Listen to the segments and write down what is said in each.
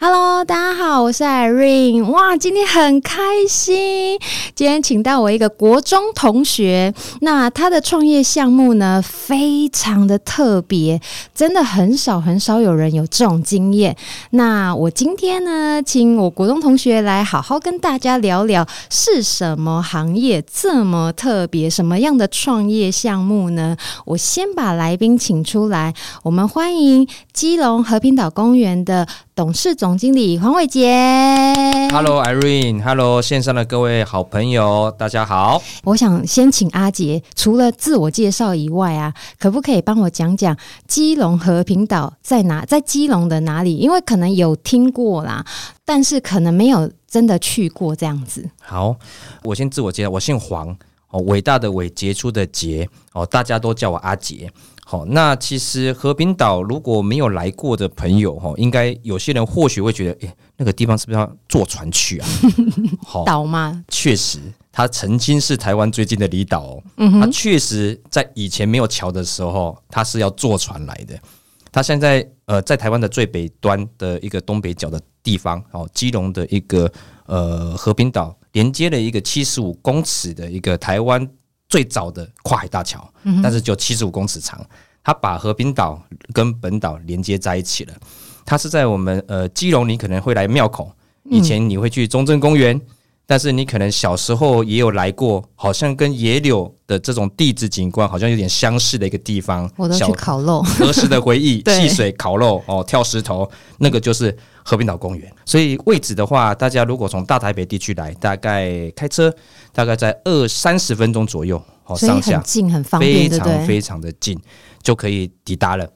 Hello，大家好，我是 Irene。哇，今天很开心，今天请到我一个国中同学，那他的创业项目呢，非常的特别，真的很少很少有人有这种经验。那我今天呢，请我国中同学来好好跟大家聊聊，是什么行业这么特别，什么样的创业项目呢？我先把来宾请出来，我们欢迎基隆和平岛公园的董事总经理黄伟杰。 Hello Irene，Hello 线上的各位好朋友，大家好。我想先请阿杰，除了自我介绍以外啊，可不可以帮我讲讲基隆和平岛在哪，在基隆的哪里？因为可能有听过啦，但是可能没有真的去过这样子。好，我先自我介绍，我姓黄，哦，伟大的伟，杰出的杰，哦，大家都叫我阿杰。好、那其实和平岛如果没有来过的朋友，哈、应该有些人或许会觉得，诶、那个地方是不是要坐船去啊？好、岛吗？确实，它曾经是台湾最近的离岛、哦。它确实在以前没有桥的时候，它是要坐船来的。它现在呃，在台湾的最北端的一个东北角的地方，哦，基隆的一个呃和平岛，连接了一个七十五公尺的一个台湾最早的跨海大桥，嗯但是就七十五公尺长。它把和平岛跟本岛连接在一起了。它是在我们呃基隆，你可能会来庙口，以前你会去中正公园，但是你可能小时候也有来过，好像跟野柳的这种地质景观好像有点相似的一个地方。我都小去烤肉。 儿时的回 忆，对戏水、烤肉、哦，跳石头，那个就是和平岛公园。所以位置的话，大家如果从大台北地区来，大概开车大概在二三十分钟左右，哦，所以上很下近，很方非便，对不常对？非常的近，就可以抵达了。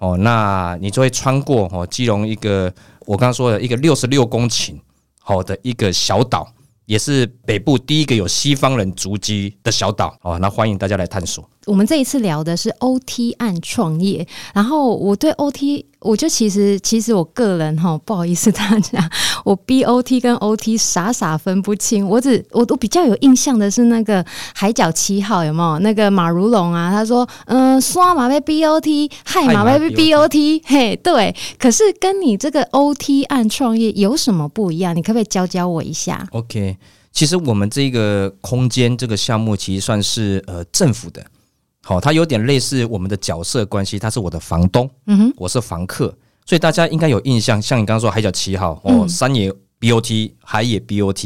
哦，那你就会穿过哦，基隆一个我刚刚说的一个六十六公顷好的一个小岛，也是北部第一个有西方人足迹的小岛哦。那欢迎大家来探索。我们这一次聊的是 OT 案创业，然后我对 OT，我就其实其实我个人哈，不好意思大家， 我 BOT 跟 OT 傻傻分不清，我只我我比较有印象的是那个海角七号有没有？那个马如龙啊，他说嗯，刷马被 BOT，害马被 BOT，嘿，对。可是跟你这个 OT 案创业有什么不一样？你可不可以教教我一下？ OK，其实我们这个空间这个项目其实算是呃政府的，好、它有点类似我们的角色关系，它是我的房东，嗯哼，我是房客，所以大家应该有印象，像你刚刚说海角七号哦，嗯山野 BOT，海野 BOT，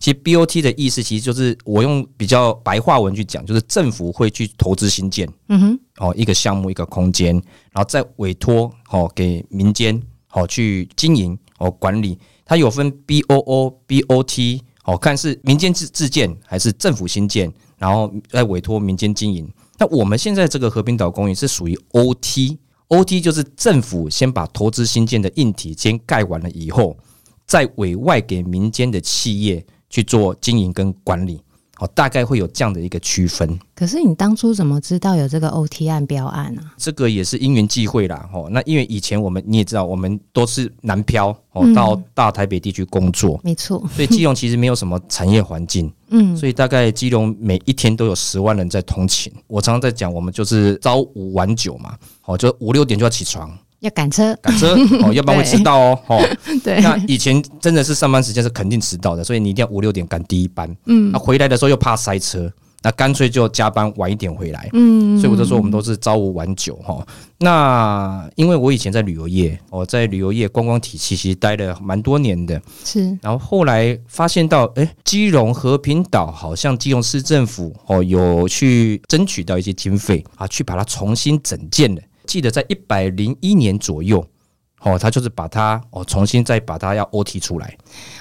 其实 BOT 的意思其实就是我用比较白话文去讲，就是政府会去投资新建，嗯哼，哦一个项目一个空间，然后再委托哦给民间哦去经营哦管理，它有分 BOO、BOT 哦，看是民间自自建还是政府新建，然后再委托民间经营。那我们现在这个和平岛公园是属于 OT。OT 就是政府先把投资新建的硬体先盖完了以后，再委外给民间的企业去做经营跟管理，哦，大概会有这样的一个区分。可是你当初怎么知道有这个 OT 案标案啊？这个也是因缘际会啦，哦，那因为以前我们你也知道，我们都是南漂哦，到大台北地区工作，没错，所以基隆其实没有什么产业环境，嗯。所以大概基隆每一天都有十万人在通勤。我常常在讲，我们就是朝五晚九嘛，哦，就五六点就要起床要赶车，赶车，哦，要不然会迟到哦，哦，对那以前真的是上班时间是肯定迟到的，所以你一定要五六点赶第一班。嗯那、回来的时候又怕塞车，那干脆就加班晚一点回来。嗯，所以我就说我们都是朝五晚九哈。那因为我以前在旅游业，我在旅游业观光体系其实待了蛮多年的，是然后后来发现到，诶，基隆和平岛好像基隆市政府哦有去争取到一些经费啊，去把它重新整建了。记得在一百零一年左右。哦，他就是把它哦，重新再把它要 OT 出来，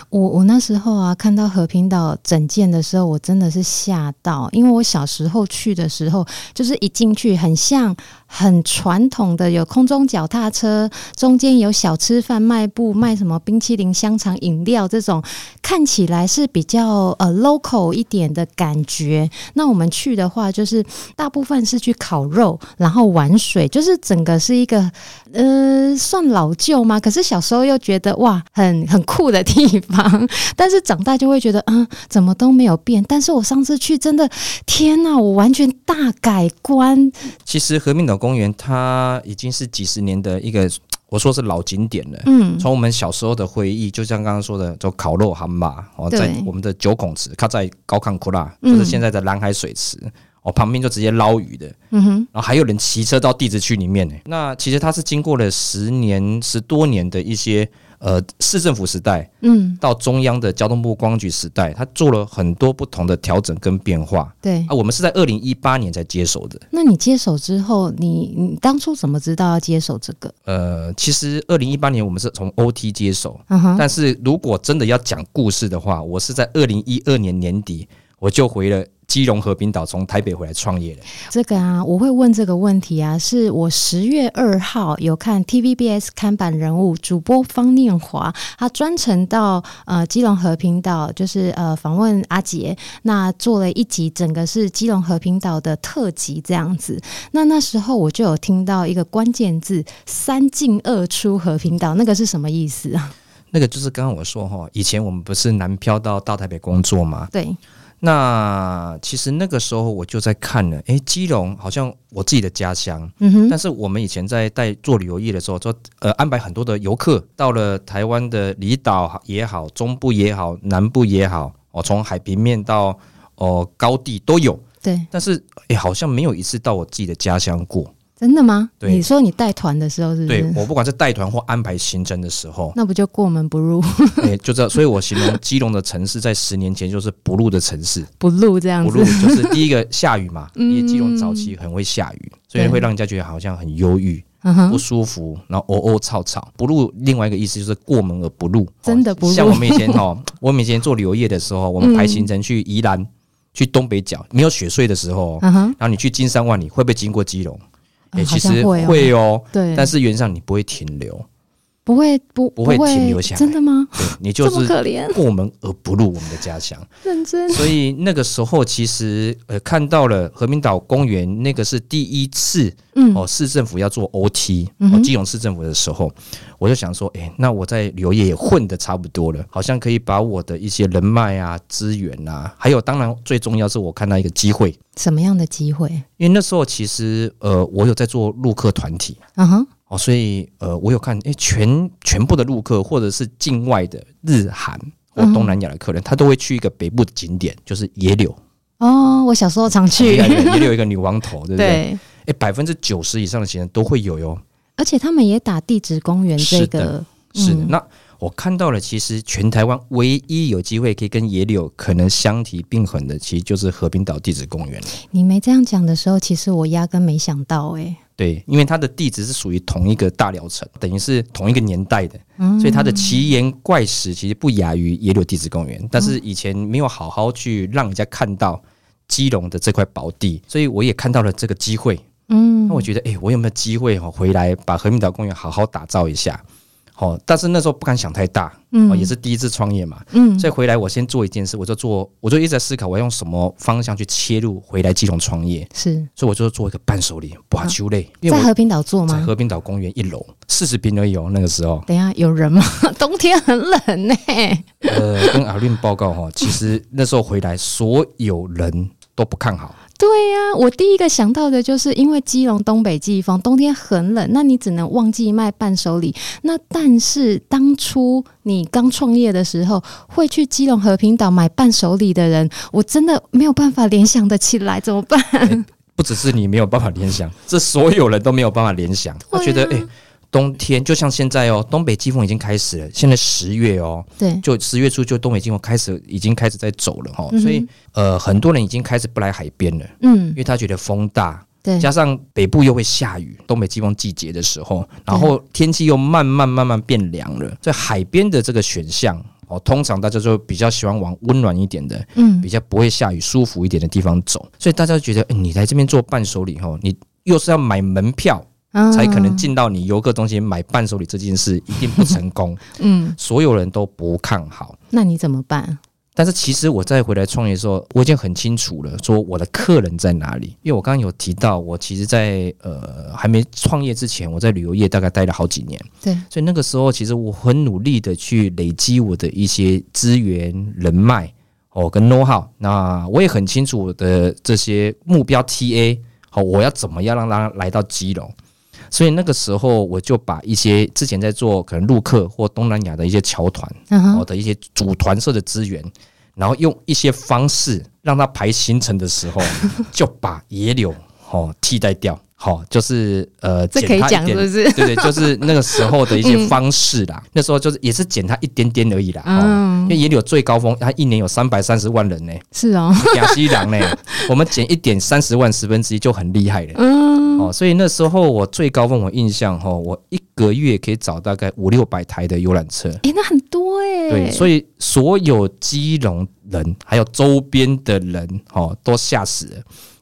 我我那时候啊，看到和平岛整建的时候，我真的是吓到，因为我小时候去的时候，就是一进去很像很传统的，有空中脚踏车，中间有小吃贩卖部卖什么冰淇淋、香肠、饮料这种，看起来是比较呃 local 一点的感觉。那我们去的话，就是大部分是去烤肉，然后玩水，就是整个是一个呃，算老旧吗？可是小时候又觉得哇，很很酷的地方，但是长大就会觉得，嗯，怎么都没有变。但是我上次去，真的，天哪，我完全大改观。其实和平岛公园它已经是几十年的一个我说是老景点了。嗯，从我们小时候的回忆，就像刚刚说的，就烤肉行吧，哦，在对我们的九孔池，它在高康库拉，嗯就是现在的蓝海水池，哦，旁边就直接捞鱼的，嗯哼，然后还有人骑车到地质区里面呢。那其实它是经过了十年、十多年的一些呃市政府时代嗯，到中央的交通部观光局时代，它做了很多不同的调整跟变化对啊。。我们是在二零一八年才接手的。那你接手之后，你你当初怎么知道要接手这个？呃，其实二零一八年我们是从 OT 接手，嗯哼，但是如果真的要讲故事的话，我是在二零一二年年底我就回了基隆和平岛，从台北回来创业了。这个啊，我会问这个问题啊，是我十月二号有看 TVBS 看板人物主播方念华，他专程到呃基隆和平岛，就是呃访问阿杰，那做了一集，整个是基隆和平岛的特辑这样子。那那时候我就有听到一个关键字“三进二出和平岛”，那个是什么意思啊？ 那个就是刚刚我说哈，以前我们不是南漂到大台北工作嘛？对，那其实那个时候我就在看了，诶，基隆好像我自己的家乡，嗯哼，但是我们以前在带做旅游业的时候，说呃安排很多的游客到了台湾的离岛也好、中部也好、南部也好，哦，从海平面到哦、高地都有，对，但是诶，好像没有一次到我自己的家乡过。真的吗？对你说你带团的时候是不对是？，我不管是带团或安排行程的时候那不就过门不入诶，就这样，所以我形容基隆的城市在十年前就是不入的城市。不入这样不子？入就是第一个下雨嘛， 嗯因为基隆早期很会下雨，所以对会让人家觉得好像很忧郁、嗯哼不，舒服，然后哦哦吵吵。不入另外一个意思就是过门而不入，真的不入像我们以前哦， 我们以前做旅游业的时候，我们排行程去宜兰、去东北角，没有雪隧的时候，嗯哼，然后你去金山万里，会不会经过基隆？嗯诶好其像实会哦会哦，对，但是原则上你不会停留，不会不不会停留下来真的吗？对你就这么是可怜，过门而不入我们的家乡。认真 所以那个时候其实呃看到了和平岛公园，那个是第一次嗯哦，市政府要做 OT 嗯哦哼，基隆市政府的时候，我就想说，哎、那我在旅游业也混得差不多了，好像可以把我的一些人脉啊、资源啊，还有当然最重要是我看到一个机会，什么样的机会？因为那时候其实呃我有在做陆客团体。嗯哼，哦，所以呃，我有看，诶，全全部的陆客或者是境外的日韩或嗯哼东南亚的客人，他都会去一个北部的景点，就是野柳。哦，我小时候常去，也有一个女王头，啊 对不对？对，哎，百分之九十以上的行人都会有哟。而且他们也打地质公园这是个的，是的，嗯那我看到了，其实全台湾唯一有机会可以跟野柳可能相提并衡的，其实就是和平岛地质公园了。你没这样讲的时候，其实我压根没想到、欸，对，因为它的地址是属于同一个大寮城，等于是同一个年代的，嗯所以它的奇岩怪石其实不亚于野柳地质公园，但嗯是以前没有好好去让人家看到基隆的这块宝地，所以我也看到了这个机会，嗯那我觉得，哎、我有没有机会哦回来把和平岛公园好好打造一下？哦，但是那时候不敢想太大，哦，嗯也是第一次创业嘛，嗯所以回来我先做一件事，我就做，我就一直在思考我要用什么方向去切入回来基隆创业，是所以我就做一个伴手礼，哇，球类，嗯因为在我和平岛做在吗？，和平岛公园一楼四十平而已哦，那个时候等一下有人吗？ 冬天很冷呢、呃，跟阿润报告哈、哦，其实那时候回来所有人都不看好，对呀、我第一个想到的就是，因为基隆东北季风，冬天很冷，那你只能旺季卖伴手礼。那但是当初你刚创业的时候，会去基隆和平岛买伴手礼的人，我真的没有办法联想得起来，怎么办？不只是你没有办法联想， 这所有人都没有办法联想。他觉得，哎、对啊冬天就像现在哦，东北季风已经开始了，现在十月哦，对，就十月初就东北季风开始已经开始在走了哦，嗯哼所以呃，很多人已经开始不来海边了，嗯因，为他觉得风大。对，加上北部又会下雨，东北季风季节的时候，然后天气又慢慢慢慢变凉了，在海边的这个选项哦，通常大家就比较喜欢往温暖一点的，嗯比较不会下雨、舒服一点的地方走。所以大家就觉得，欸你来这边做伴手礼后，你又是要买门票嗯才可能，进到你游客中心买伴手礼这件事，一定不成功，嗯，所有人都不看好。那你怎么办？但是其实我在回来创业的时候，我已经很清楚了，说我的客人在哪里。因为我刚刚有提到，我其实在呃还没创业之前，我在旅游业大概待了好几年，对，所以那个时候其实我很努力的去累积我的一些资源、人脉哦跟 know how。那我也很清哦楚我的这些目标 TA，好、我要怎么样让他来到基隆。所以那个时候我就把一些之前在做可能陆客或东南亚的一些侨团，嗯然后哼，哦的一些组团社的资源，然后用一些方式让它排行程的时 候，就把野柳哦替代掉。好、就是呃，这减可以它一讲点是不是对对，就是那个时候的一些方式啦。那时候就是也是减它一点点而已啦。哦嗯因为野柳最高峰，它一年有三百三十 万人呢、是哦，亚西郎呢，我们减一点三十万十分之一就很厉害了。嗯，哦，所以那时候我最高峰，我印象哈、哦，我一个月可以找大概五六百台的游览车。诶，那很多哎、对，所以所有基隆人还有周边的人哦，都吓死了，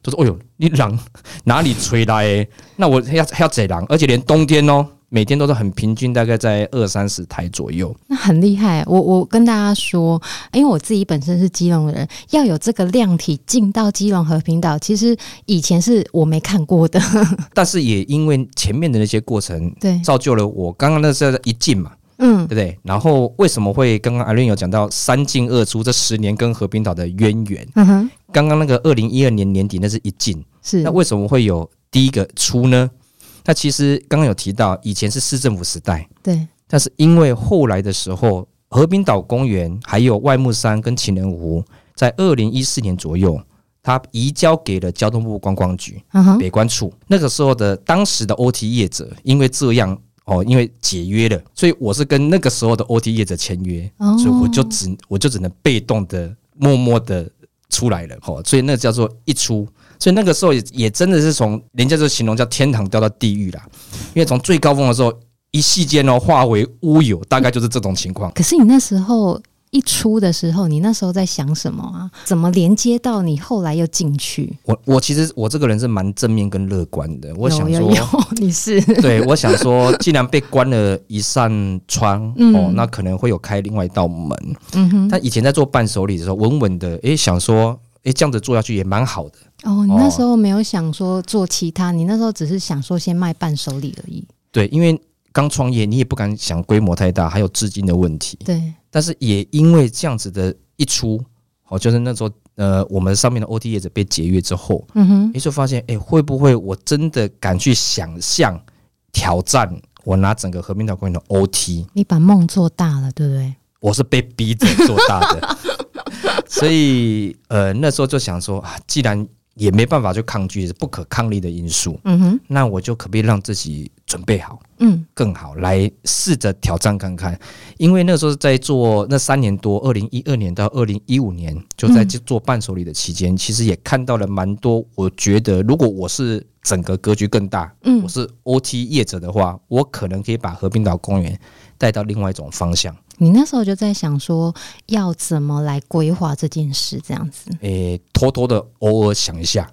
都说：“哎呦，你狼哪里吹来 的？那我还要还要贼狼，而且连冬天哦，每天都是很平均，大概在二三十台左右。那很厉害。我我跟大家说，因为我自己本身是基隆人，要有这个量体进到基隆和平岛，其实以前是我没看过的。 但是也因为前面的那些过程，对，造就了我刚刚那是一进嘛，嗯对不对？然后为什么会刚刚阿伦有讲到三进二出这十年跟和平岛的渊源？嗯哼，刚刚那个二零一二年年底那是一进，是那为什么会有第一个出呢？那其实刚刚有提到，以前是市政府时代，对，但是因为后来的时候，和平岛公园还有外木山跟情人湖，在二零一四年左右，它移交给了交通部观光局嗯哼，北关处。那个时候的当时的 OT 业者，因为这样哦，因为解约了，所以我是跟那个时候的 OT 业者签约，哦所以我就只我就只能被动的默默的出来了，哦，所以那个叫做一出，所以那个时候也也真的是从人家就形容叫天堂掉到地狱啦，因为从最高峰的时候一夕间哦化为乌有，大概就是这种情况。可是你那时候一出的时候，你那时候在想什么啊？怎么连接到你后来又进去？我我其实我这个人是蛮正面跟乐观的，我想有说有。有， 你是 对，我想说，既然被关了一扇窗、嗯哦，那可能会有开另外一道门。嗯哼，但以前在做伴手礼的时候，稳稳的，诶，想说，诶，这样子做下去也蛮好的。哦，你哦那时候没有想说做其他，你那时候只是想说先卖伴手礼而已。对，因为刚创业，你也不敢想规模太大，还有资金的问题。对，但是也因为这样子的一出，哦，就是那时候，呃，我们上面的 OT 业者被解约之后，嗯哼，你就发现，诶，会不会我真的敢去想象挑战？我拿整个和平岛公园的 OT，你把梦做大了，对不对？我是被逼着做大的， 所以呃那时候就想说啊，既然也没办法去抗拒不可抗力的因素，嗯哼，那我就可不可以让自己准备好嗯更好，来试着挑战看看？因为那时候在做那三年多，二零一二年到二零一五年，就在做伴手礼的期嗯间，其实也看到了蛮多。我觉得如果我是整个格局更大，我嗯，是 OT 业者的话，我可能可以把和平岛公园带到另外一种方向。你那时候就在想说要怎么来规划这件事，这样子。诶、偷偷的偶尔 想一下，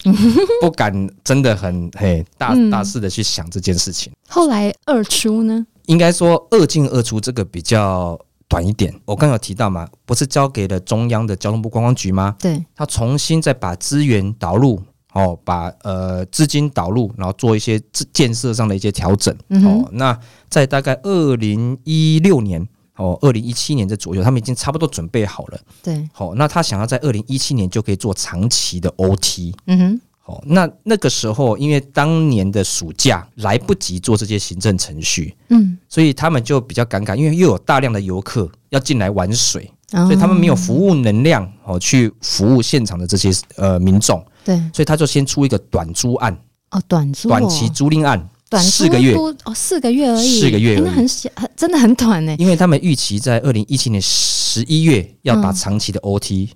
不敢真的很嘿大嗯大肆的去想这件事情。后来二出呢？应该说二进二出这个比较短一点。我刚刚有提到嘛，不是交给了中央的交通部观光局吗？对，他重新再把资源导入。哦，把呃资金导入，然后做一些自建设上的一些调整。嗯哼哦，那在大概二零一六年，哦，二零一七年这左右，他们已经差不多准备好了。对，好、那他想要在二零一七年就可以做长期的 OT。嗯哼，哦，那那个时候，因为当年的暑假来不及做这些行政程序，嗯，所以他们就比较尴尬，因为又有大量的游客要进来玩水，所所以他们没有服务能量哦，去服务现场的这些呃民众，对所以他就先出一个短租案、哦，短租哦短期租赁案，短租四个月，多哦，四个月而已，四个月诶那而已很小，很真的很短呢。因为他们预期在二零一七年十一月要把嗯长期的 OT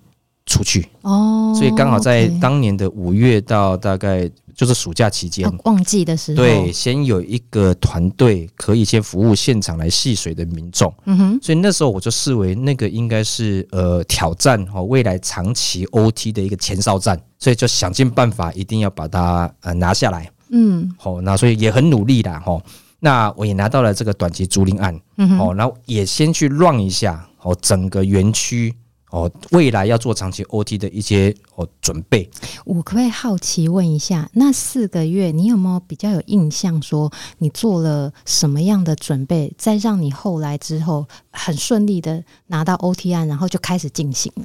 出去，哦，所以刚好在 OK 当年的五月到大概就是暑假期间啊，旺季的时候，对，，先有一个团队可以先服务现场来戏水的民众，嗯哼，所以那时候我就视为那个应该是呃挑战哦未来长期 OT 的一个前哨战，所以就想尽办法一定要把它呃拿下来，嗯哦，那所以也很努力啦，哦，那我也拿到了这个短期租赁案，嗯哼，哦，然后也先去乱一下哦整个园区哦未来要做长期 OT 的一些哦准备，我可不可以好奇问一下，那四个月你有没有比较有印象？说你做了什么样的准备，再让你后来之后很顺利的拿到 OT 案，然后就开始进行了？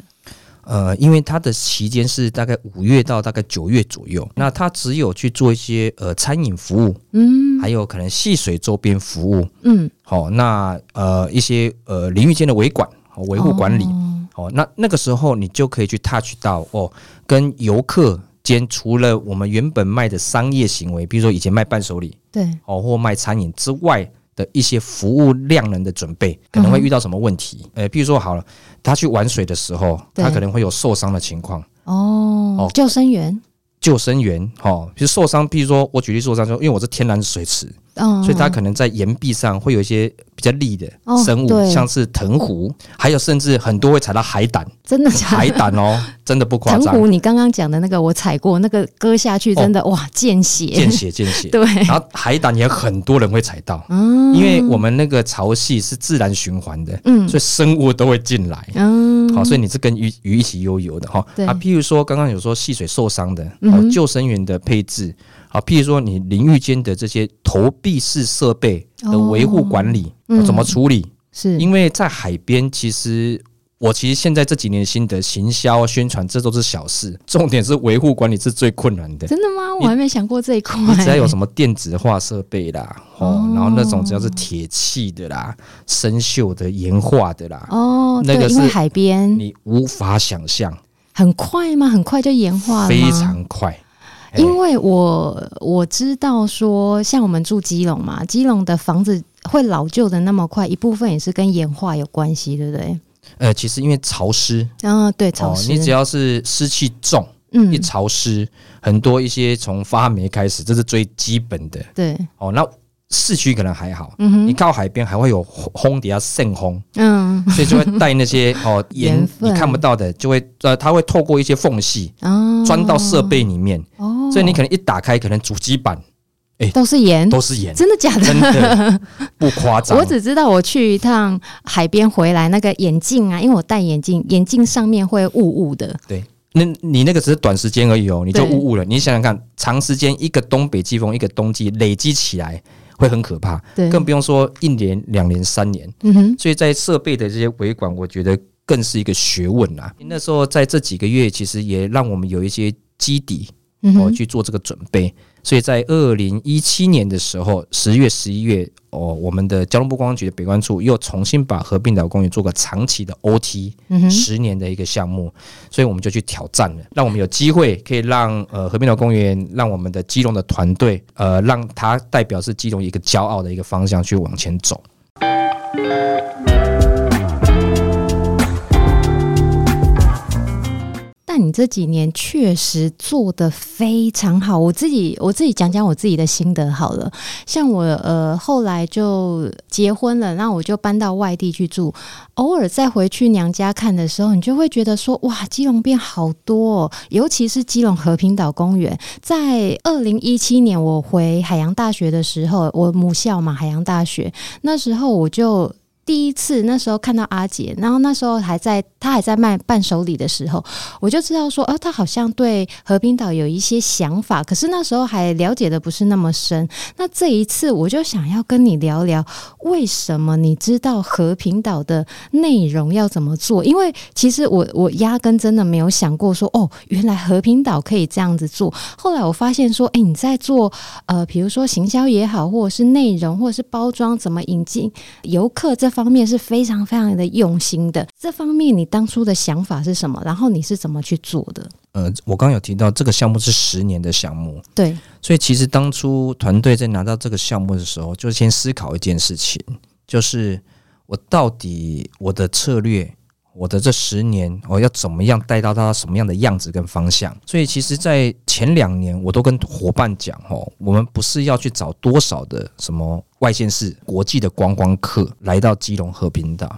呃，因为它的期间是大概五月到大概九月左右，那它只有去做一些呃餐饮服务，嗯，还有可能戏水周边服务，嗯，好、那呃一些呃淋浴间的维管、哦维护管理，哦，那那个时候你就可以去 touch 到哦，跟游客间除了我们原本卖的商业行为，比如说以前卖伴手礼对，哦或卖餐饮之外的一些服务量能的准备，可能会嗯遇到什么问题？呃，比如说好了，他去玩水的时候，对他可能会有受伤的情况。哦哦，救生员，救生员，哦，比如受伤，比如说我举例受伤说，因为我是天然水池，嗯，所以它可能在岩壁上会有一些比较利的哦生物，对像是藤壶，还有甚至很多会踩到海 胆，真的假海的？胆哦，真的不夸藤张，哦壶，你刚刚讲的那个我踩过，那个割下去真的、哇见血，见血见血。 对，然后海胆也很多人会踩到，嗯因为我们那个潮汐是自然循环的，嗯所以生物都会 进来。嗯，好，所以你是跟鱼鱼一起悠游的哈对啊，譬如说刚刚有说戏水受伤的，嗯好哼救生员的配置，好，譬如说你淋浴间的这些投币式设备的维护管理、哦嗯怎么处理？是因为在海边，其实我其实现在这几年心得，行销啊宣传这都是小事，重点是维护管理是最困难的。真的吗？你我还没想过这一块。你只要有什么电子化设备啦，哦哦，然后那种只要是铁器的啦、生锈的、岩化的啦，哦，那对个因为是海边你无法想象，很快吗？很快就盐化了吗非。常快。哎因为我我知道说，像我们住基隆嘛，基隆的房子会老旧的那么快，一部分也是跟盐化有关系，对不对？呃，其实因为潮湿，啊，对，潮哦，湿，你只要是湿气重，嗯一，潮湿，很多一些从发霉开始，这是最基本的。对，哦，那市区可能还好，嗯你哼，靠海边还会有烘烘底下渗烘， 嗯所以就会带那些哦盐盐分你看不到的，就会呃它会透过一些缝隙啊，钻到设备里面，哦，所以你可能一打开，可能主机板都是盐，都是盐， 真的假真的？的不夸张我。只知道我去一趟海边回来，那个眼镜啊，因为我戴眼镜，眼镜上面会雾雾的，对，那你那个只是短时间而已哦，你就对误误了。你想想看，长时间一个东北季风，一个冬季累积起来会很可怕，对，更不用说一年、两年、三年。嗯哼，所以在设备的这些维管，我觉得更是一个学问啦。那时候在这几个月，其实也让我们有一些基底，嗯哦哼，去做这个准备。所以在二零一七年的时候，十月、十一月，哦，我们的交通部观光局的北关处又重新把合并岛公园做个长期的 OT 嗯哼，十、年的一个项目，所以我们就去挑战了，让我们有机会可以让呃合并岛公园，让我们的基隆的团队，呃，让它代表是基隆一个骄傲的一个方向去往前走。但你这几年确实做得非常好，我自己我自己讲讲我自己的心得好了。像我呃后来就结婚了，那我就搬到外地去住，偶尔再回去娘家看的时候，你就会觉得说哇，基隆变好多、哦，尤其是基隆和平岛公园。在二零一七年我回海洋大学的时候，我母校嘛海洋大学，那时候我就。第一次那时候看到阿姐，然后那时候还在她还在卖伴手礼的时候，我就知道说，哦、他好像对和平岛有一些想法，可是那时候还了解的不是那么深。那这一次，我就想要跟你聊聊，为什么你知道和平岛的内容要怎么做？因为其实我我压根真的没有想过说，哦，原来和平岛可以这样子做。后来我发现说，诶，哎你在做呃，比如说行销也好，或者是内容，或者是包装，怎么引进游客这方面是非常非常的用心的。这方面你当初的想法是什么？然后你是怎么去做的？呃，我刚刚有提到这个项目是十年的项目，对，所以其实当初团队在拿到这个项目的时候，就先思考一件事情，就是我到底我的策略，我的这十年，我要怎么样带到它什么样的样子跟方向。所以其实，在前两年，我都跟伙伴讲哦，我们不是要去找多少的什么外县市、国际的观光客来到基隆和平岛。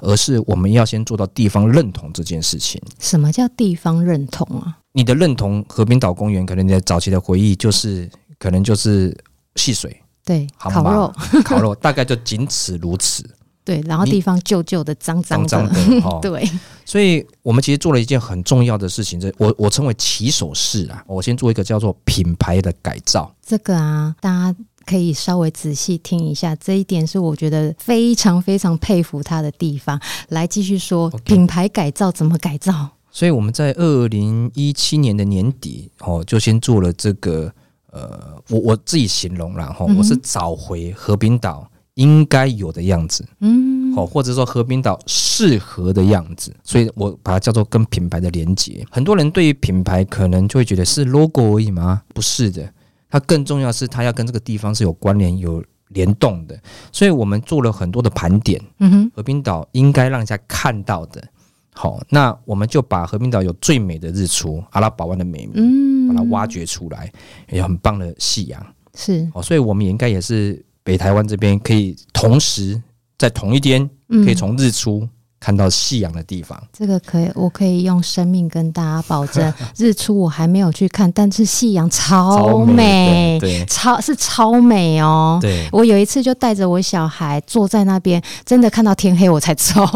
而是我们要先做到地方认同这件事情。什么叫地方认同啊？你的认同和平岛公园，可能你的早期的回忆就是，可能就是戏水、对，好烤吧肉，烤肉， 大概就仅此如此，对，然后你地方旧旧的、脏脏脏的，脏的哦。 对，所以我们其实做了一件很重要的事情，这我我称为起手式啊。我先做一个叫做品牌的改造。这个啊，大家。可以稍微仔细听一下，这一点是我觉得非常非常佩服他的地方。来继续说 OK 品牌改造怎么改造？所以我们在二零一七年的年底，哦，就先做了这个，呃，我我自己形容啦，哈、嗯哼我是找回和平岛应该有的样子，嗯，哦，或者说和平岛适合的样子，所以我把它叫做跟品牌的连接。很多人对于品牌可能就会觉得是 logo 而已吗？不是的，它更重要是它要跟这个地方是有关联、有联动的。所以我们做了很多的盘点，嗯哼，和平岛应该让人家看到的。好，那我们就把和平岛有最美的日出，阿拉伯湾的美名，嗯，把它挖掘出来，有很棒的夕阳。是，哦，所以我们也应该也是北台湾这边可以同时在同一天嗯可以从日出看到夕阳的地方。这个可以，我可以用生命跟大家保 证，日出我还没有去看，但是夕阳超美，对超是超美哦。对，我有一次就带着我小孩坐在那边，真的看到天黑我才走。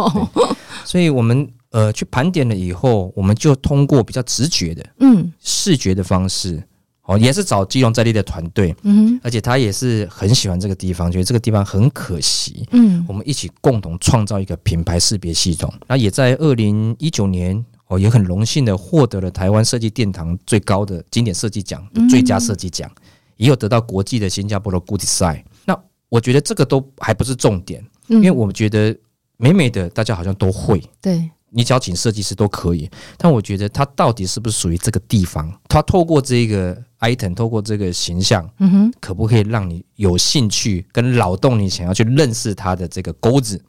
所以我们呃去盘点了以后，我们就通过比较直觉的嗯视觉的方式，哦，也是找基隆在地的团队，嗯而且他也是很喜欢这个地方，觉得这个地方很可惜。哼嗯我们一起共同创造一个品牌识别系统，那也在二零一九年。哦，也很荣幸的获得了台湾设计殿堂最高的经典设计奖的最佳设计奖，也有得到国际的新加坡的 Good Design。那我觉得这个都还不是重点，嗯，因为我们觉得美美的大家好像都会，对你只要请设计师都可以。但我觉得它到底是不是属于这个地方？它透过这个 item，透过这个形象，嗯哼可不可以让你有兴趣跟扰动你想要去认识它的这个钩子？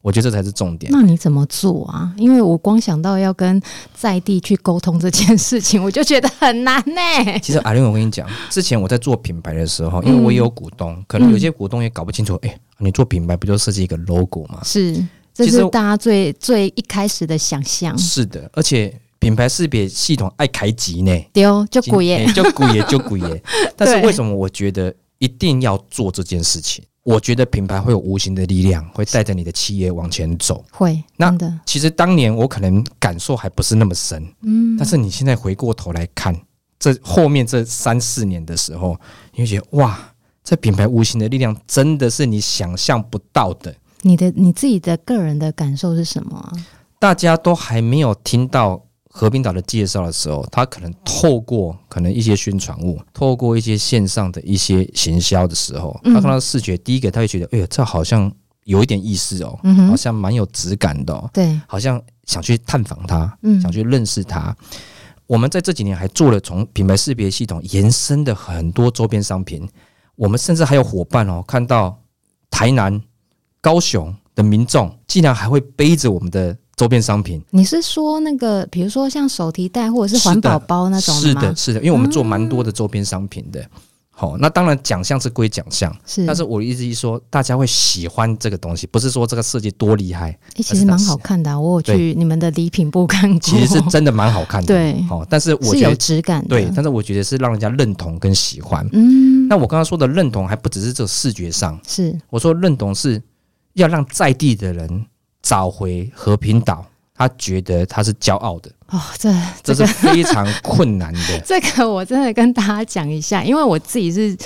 我觉得这才是重点。那你怎么做啊？因为我光想到要跟在地去沟通这件事情， 我就觉得很难呢、其实阿玲，我跟你讲，之前我在做品牌的时候，因为我也有股东，可能有些股东也搞不清楚，哎、你做品牌不就设计一个 logo 吗？是，这其实是大家最最一开始的想象。是的，而且品牌识别系统爱开集呢，丢就鬼耶， 就古爷就古 爷。但是为什么我觉得一定要做这件事情？我觉得品牌会有无形的力量，会带着你的企业往前走。会那真的，其实当年我可能感受还不是那么深，嗯，但是你现在回过头来看这后面这三四年的时候，你会觉得哇，这品牌无形的力量真的是你想象不到的。你的你自己的个人的感受是什么啊？大家都还没有听到和平岛的介绍的时候，他可能透过可能一些宣传物，透过一些线上的一些行销的时候，他嗯看到视觉，第一个他会觉得，哎呦，这好像有一点意思哦，嗯哼好像蛮有质感的、哦，对，好像想去探访它，嗯想去认识它。我们在这几年还做了从品牌识别系统延伸的很多周边商品，我们甚至还有伙伴哦，看到台南、高雄的民众竟然还会背着我们的周边商品。你是说那个，比如说像手提袋或者是环保包哦那种是吗嗯的，？是的，因为我们做蛮多的周边商品的。好、那当然奖项是归奖项，是但是我一直一说，大家会喜欢这个东西，不是说这个设计多厉害， 诶其实蛮好看的啊、我有去你们的礼品部看过，其实是真的蛮好看的。对好、但是我 是觉有得质感的。对，但是我觉得是让人家认同跟喜欢。嗯，那我刚刚说的认同还不只是这个视觉上，是我说认同是要让在地的人找回和平岛，他觉得他是骄傲的，哦，这这这是个。非常困难的 这个我真的跟大家讲一下，因为我自己是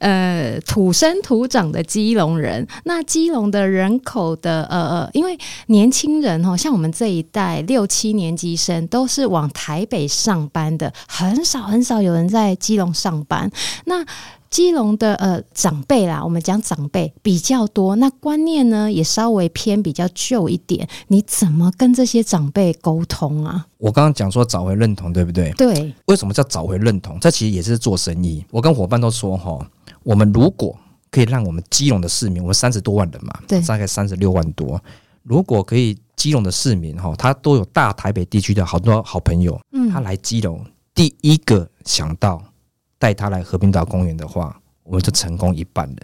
呃土生土长的基隆人。那基隆的人口的呃呃，因为年轻人哦，像我们这一代六七年级生都是往台北上班的，很少很少有人在基隆上班。那基隆的呃长辈啦，我们讲长辈比较多，那观念呢也稍微偏比较旧一点。你怎么跟这些长辈沟通啊？我刚刚讲说找回认同，对不对？对，为什么叫找回认同？这其实也是做生意。我跟伙伴都说哈，我们如果可以让我们基隆的市民，我们三十多万人嘛，对大概三十六万多，如果可以基隆的市民哈，他都有大台北地区的好多好朋友，嗯，他来基隆第一个想到带他来和平岛公园的话，我们就成功一半了。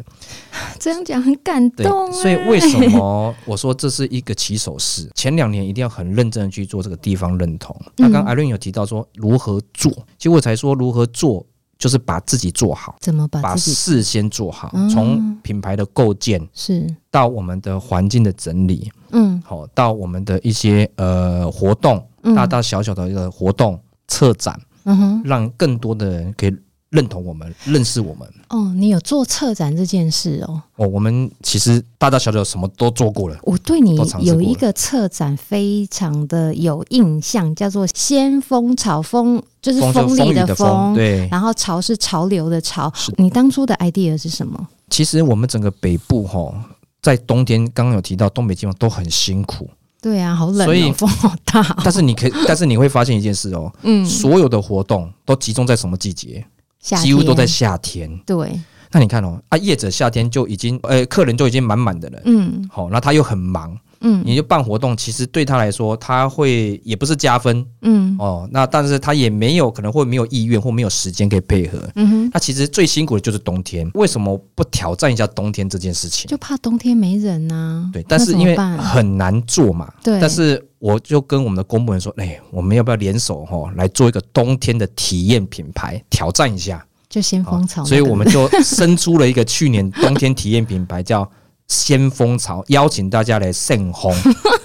这样讲很感对，动、啊。所以为什么 我说这是一个起手式？前两年一定要很认真的去做这个地方认同。那刚嗯艾伦有提到说如何做，其实我才说如何做，就是把自己做好，怎么把把自己事先做好，嗯从品牌的构建是到我们的环境的整理，嗯好、到我们的一些呃活动，嗯大大小小的一个活动策展，嗯哼让更多的人可以认同我们、认识我们。哦，你有做策展这件事哦。哦，我们其实大大小小什么都做过了。我对你都尝试有过一了个策展非常的有印象，叫做“先风潮”，风就是风就锋利风雨的风，对。然后潮是潮流的潮是。你当初的 idea 是什么？其实我们整个北部哈，在冬天刚刚有提到东北季风都很辛苦，对啊，好冷、所以哦，风好大、 哦。但是 你可以，但是你会发现一件事哦，嗯，所有的活动都集中在什么季节？夏几乎都在天夏天。对，那你看哦，啊，业者夏天就已经，呃，客人就已经满满的了。嗯好、那他又很忙，嗯你就办活动，其实对他来说，他会也不是加分嗯哦。那但是他也没有可能会没有意愿或没有时间可以配合。嗯哼，那其实最辛苦的就是冬天，为什么不挑战一下冬天这件事情？就怕冬天没人呐、对，但是那因为怎么办很难做嘛，对，但是我就跟我们的公部门说，哎、我们要不要联手哈、哦，来做一个冬天的体验品牌，挑战一下？就先哦风潮那个，所以我们就生出了一个去年冬天体验品牌，叫“先风潮”， 邀请大家来 盛烘。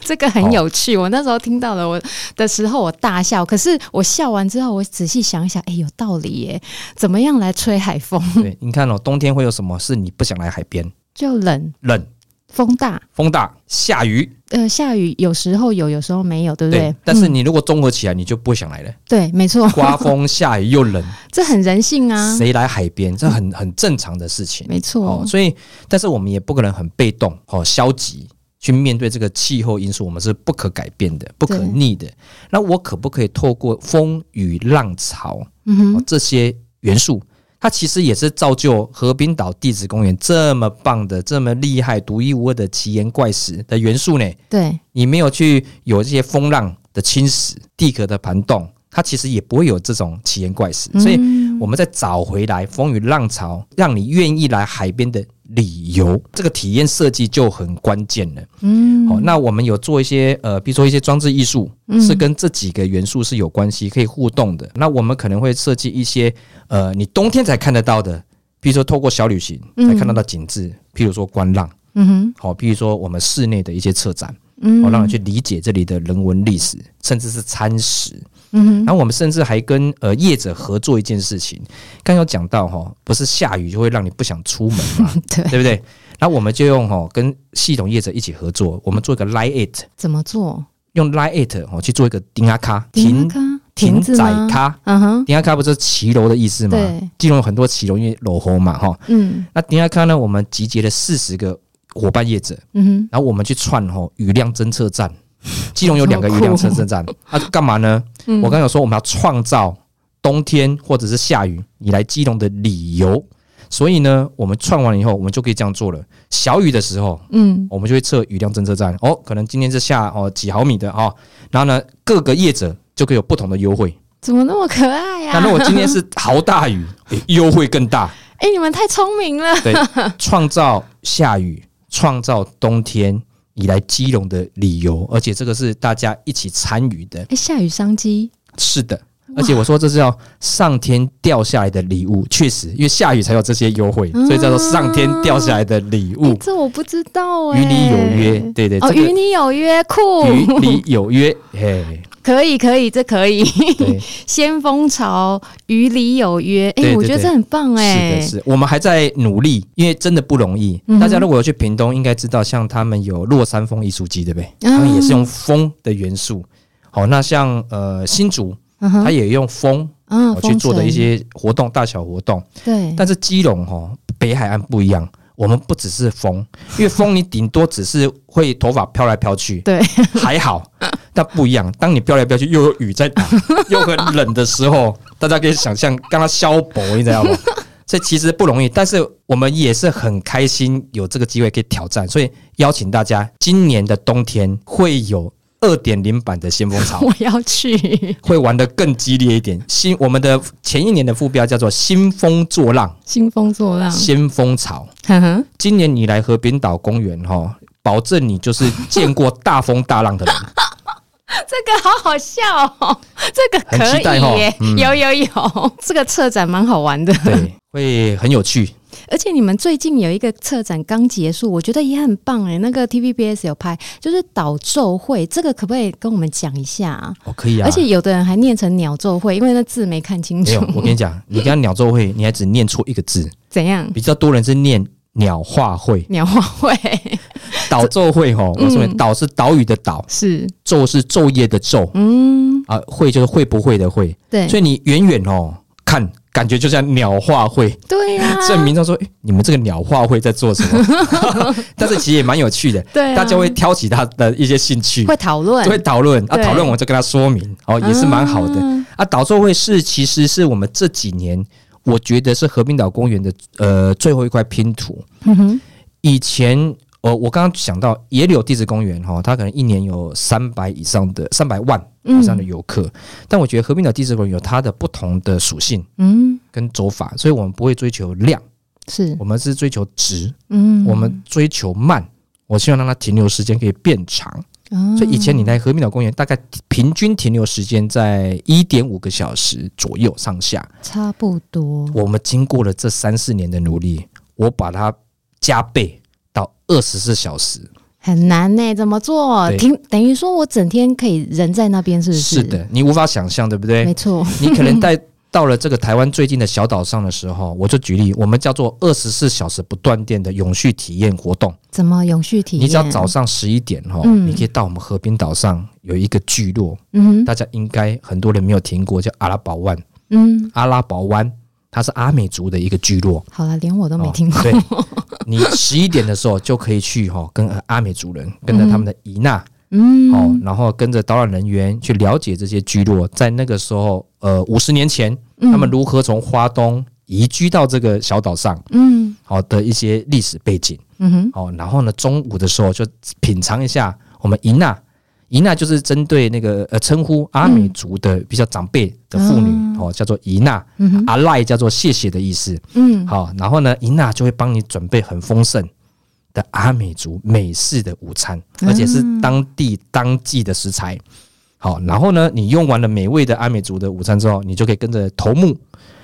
这个哦很有趣，我那时候听到了我的时候，我大笑。可是我笑完之后，我仔细想一想，哎、有道理耶！怎么样来吹海 风？对，你看哦，冬天会有什么是你不想来海边？就冷、冷、风大，风大、下雨，呃，下雨有时候有，有时候没有，对不对？但是嗯你如果综合起来，你就不会想来了。对，没 错，刮风、下雨又冷，这很人性啊，谁来海边？这很很正常的事情。没错哦，，所以，但是我们也不可能很被动哦，消极去面对这个气候因素，我们是不可改变的、不可对逆的。那我可不可以透过风雨浪潮、嗯哦哼，、这些元素，它其实也是造就河滨岛地质公园这么棒的、这么厉害、独一无二的奇岩怪石的元素呢？对，你没有去有这些风浪的侵蚀、地壳的盘动，它其实也不会有这种奇岩怪石，所以。嗯我们再找回来风雨浪潮，让你愿意来海边的理由，这个体验设计就很关键了。嗯，好、那我们有做一些呃，比如说一些装置艺术，是跟这几个元素是有关系，可以互动的。那我们可能会设计一些呃，你冬天才看得到的，比如说透过小旅行才看到的景致，譬如说观浪，嗯哼，好、譬如说我们室内的一些策展，嗯好、让你去理解这里的人文历史，甚至是餐食。嗯哼，然后我们甚至还跟呃业者合作一件事情，刚有讲到哈、不是下雨就会让你不想出门 嘛，对，对不对？然后我们就用哈、跟系统业者一起合作，我们做一个 Line It，怎么做？用 Line It 哦去做一个丁阿卡停停咖，停字仔吗？咖，嗯哼，丁阿卡不是骑楼的意思吗？对，基隆有很多骑楼，因为楼红嘛哈、嗯那丁阿卡呢，我们集结了四十个伙伴业者，嗯哼，然后我们去串吼、雨量侦测站，基隆有两个雨量侦测站，那、啊、干嘛呢？我刚才有说我们要创造冬天或者是下雨你来基隆的理由，所以呢，我们串完以后，我们就可以这样做了。小雨的时候，嗯我们就会测雨量侦测站，哦，可能今天是下哦几毫米的哦，然后呢，各个业者就可以有不同的优惠。怎么那么可爱啊呀、那如果今天是豪大雨，诶优惠更大。哎、你们太聪明了。 对，创造下雨，创造冬天以来基隆的理由，而且这个是大家一起参与的。哎，下雨商机，是的，而且我说这是要上天掉下来的礼物，确实，因为下雨才有这些优惠，所以叫做上天掉下来的礼哎物。这我不知道哎、哦与你有约，对对，哦，这个与你有约，酷，与你有约，嘿， 可以可以，这可以。 对，先风潮，与你有约，哎、对对我觉得对这很棒哎、是的，是我们还在努力，因为真的不容易。嗯哼大家如果有去屏东，应该知道，像他们有落山风艺术季，对不对？嗯他们也是用风的元素。好，那像呃新竹，嗯它哼，也用风嗯哦去做的一封些活动，大小活动。神对，但是基隆哦，北海岸不一样。我们不只是风，因为风你顶多只是会头发飘来飘去，对，还好。但不一样，当你飘来飘去，又有雨在打，又很冷的时候，大家可以想象，刚刚消薄，你知道吗？所以其实不容易，但是我们也是很开心有这个机会可以挑战，所以邀请大家，今年的冬天会有二点零版的先锋潮， 我要去会玩得更激烈一点。新我们的前一年的副标叫做“兴风作浪，兴风作浪，先锋潮”。哼哼，今年你来河滨岛公园哈、哦，保证你就是见过大风大浪的人。这个好好笑哦，这个可很期待以哦耶，嗯有有有，这个策展蛮好玩的，对，会很有趣。而且你们最近有一个策展刚结束，我觉得也很棒哎、那个 TVBS 有拍，就是岛奏会，这个可不可以跟我们讲一下啊？哦，可以啊。而且有的人还念成鸟奏会，因为那字没看清没楚有，，我跟你讲，你刚鸟奏会，你还只念错一个 字，怎样？比较多人是念鸟画会、鸟花会岛奏会吼。嗯我说岛是岛屿的岛，是，昼 是昼夜的昼嗯，啊，会就是会不会的会。对，所以你远远哦看，感觉就像鸟画会。对啊呀、所以民众说、诶你们这个鸟画会在做什么？ 但是其实也蛮有趣的，对啊大家会挑起他的一些兴趣，会讨论，会讨论啊，对讨论我就跟他说明，哦，也是蛮好的啊啊。岛座会是其实是我们这几年我觉得是和平岛公园的呃最后一块拼图。嗯哼，以前呃，我刚刚想到野柳地质公园哈、哦，它可能一年有三百以上的三百万嗯以上的游客，但我觉得和平岛地质公园有它的不同的属性嗯，跟走法，所以我们不会追求量，是，我们是追求值，嗯，我们追求慢。我希望让它停留时间可以变长，啊所以以前你来和平岛公园，大概平均停留时间在一点五个小时左右上下。差不多，我们经过了这三四年的努力，我把它加倍到二十四小时，很难呢、怎么做？对停，等于说我整天可以人在那边，是不是？是，的，你无法想象，对不对没？错，你可能在到了这个台湾最近的小岛上的时候，我就举例，我们叫做二十四小时不断电的永续体验活动。怎么永续体验？你只要早，上十一点哈，嗯你可以到我们河滨岛上有一个聚落，嗯哼大家应该很多人没有听过，叫阿拉堡湾。嗯，阿拉堡湾它是阿美族的一个聚落，好了，连我都都没听过，哦对，你十一点的时候就可以去哈，跟阿美族人，跟着他们的伊娜。 嗯，哦，然后跟着导览人员去了解这些聚落，在那个时候，呃，五十年前，嗯他们如何从花东移居到这个小岛上，嗯好、的一些历史背景，嗯哼，哦，然后呢，中午的时候就品尝一下我们银娜，银娜就是针对那个呃称嗯呼阿美族的比较长辈的妇女，哦，叫做银娜，嗯哼，阿赖叫做谢谢的意思，嗯，好、然后呢，银娜就会帮你准备很丰盛的阿美族美式的午餐，嗯而且是当地当季的食材。好，然后呢，你用完了美味的阿美族的午餐之后，你就可以跟着头目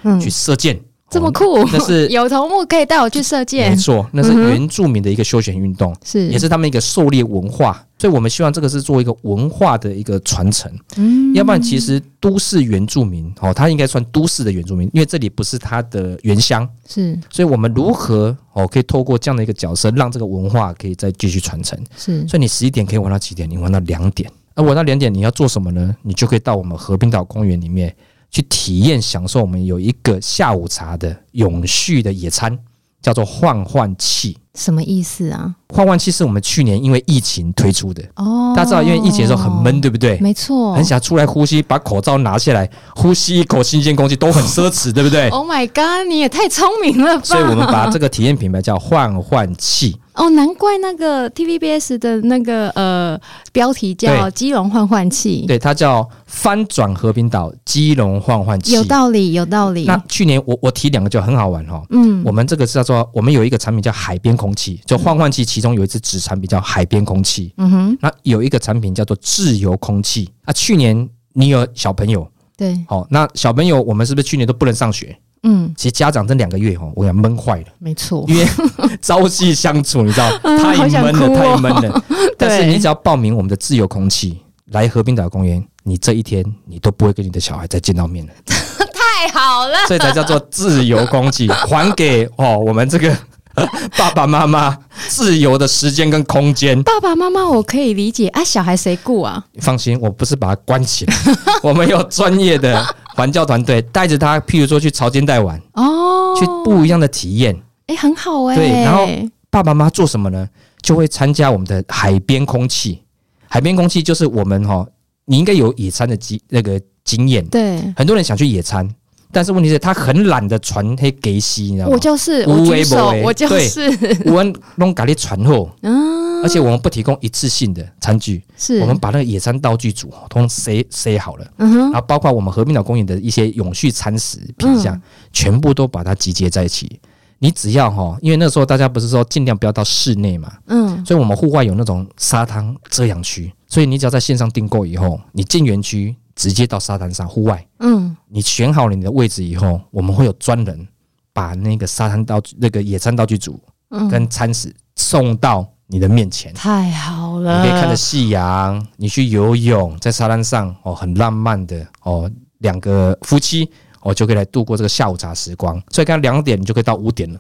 嗯去射箭，这么哦酷，嗯那是 有头目可以带我去射没箭，错，那是原住民的一个休闲运动，是也是他们一个狩猎文化。所以我们希望这个是做一个文化的一个传承，嗯要不然其实都市原住民哦，他应该算都市的原住民，因为这里不是他的原乡，是所以我们如何哦，可以透过这样的一个角色，让这个文化可以再继续传承。是，所以你十一点可以玩到几点？你玩到两点。而玩到两点，你要做什么呢？你就可以到我们和平岛公园里面去体验、享受我们有一个下午茶的永续的野餐，叫做换换气。什么意思啊？换换气是我们去年因为疫情推出的。哦，大家知道，因为疫情的时候很闷，，对不对？没错，很想出来呼吸，把口罩拿下来，呼吸一口新鲜空气都很奢侈，对不对？ Oh my god！你也太聪明了吧！所以我们把这个体验品牌叫换换气。 哦，难怪那个 TVBS 的那个呃标题叫“对基隆换换器对，它叫翻转和平岛基隆换换”，器。有道理，有道理。那去年我我提两个就很好玩哦。嗯我们这个是叫做我们有一个产品叫海边空气，就换换气，其中有一支子产品叫海边空气。嗯哼，那有一个产品叫做自由空气啊。去年你有小朋友，对，哦，那小朋友我们是不是去年都不能上学？嗯，其实家长这两个月哦，我想闷坏了，没错，因为 朝夕相处，你 知道，太啊好想闷了，哭哦太闷 了。但是对你只要报名我们的自由空气来和平岛公园，你这一天你都不会跟你的小孩再见到 面了，太好了，所以才叫做自由 空气，还给哦我们这个 爸爸妈妈自由的时间跟空间。爸爸妈妈我可以理解啊，小孩谁顾啊？放心，我不是把它关起 来，我们有专业的环教团队带着他，譬如说去潮间带玩，哦，去不一样的体验。哎，很好哎，对然后爸爸妈妈做什么呢？就会参加我们的海边空气。海边空气就是我们哈、你应该有野餐的经那个经验。对，很多人想去野餐，但是问题是他很懒得传黑给西，你知道吗我？就是无我微举不手微，我就对是，我们弄咖喱传后，嗯，而且我们不提供一次性的餐具， 是我们把那个野餐道具组通通塞塞好了。嗯哼，然后包括我们和平岛公园的一些永续餐食品嗯项，全部都把它集结在一起。你只要哈，因为那时候大家不是说尽量不要到室内嘛，嗯，所以我们户外有那种沙滩遮阳区，所以你只要在线上订购以后，你进园区直接到沙滩上户外，嗯，你选好了你的位置以后，我们会有专人把那个沙滩道具、那个野餐道具组嗯，跟餐食送到你的面前。太好你了，可以看着夕阳，你去游泳，在沙滩上哦，很浪漫的哦，两个夫妻哦就可以来度过这个下午茶时光。所以刚两点你就可以到五点了。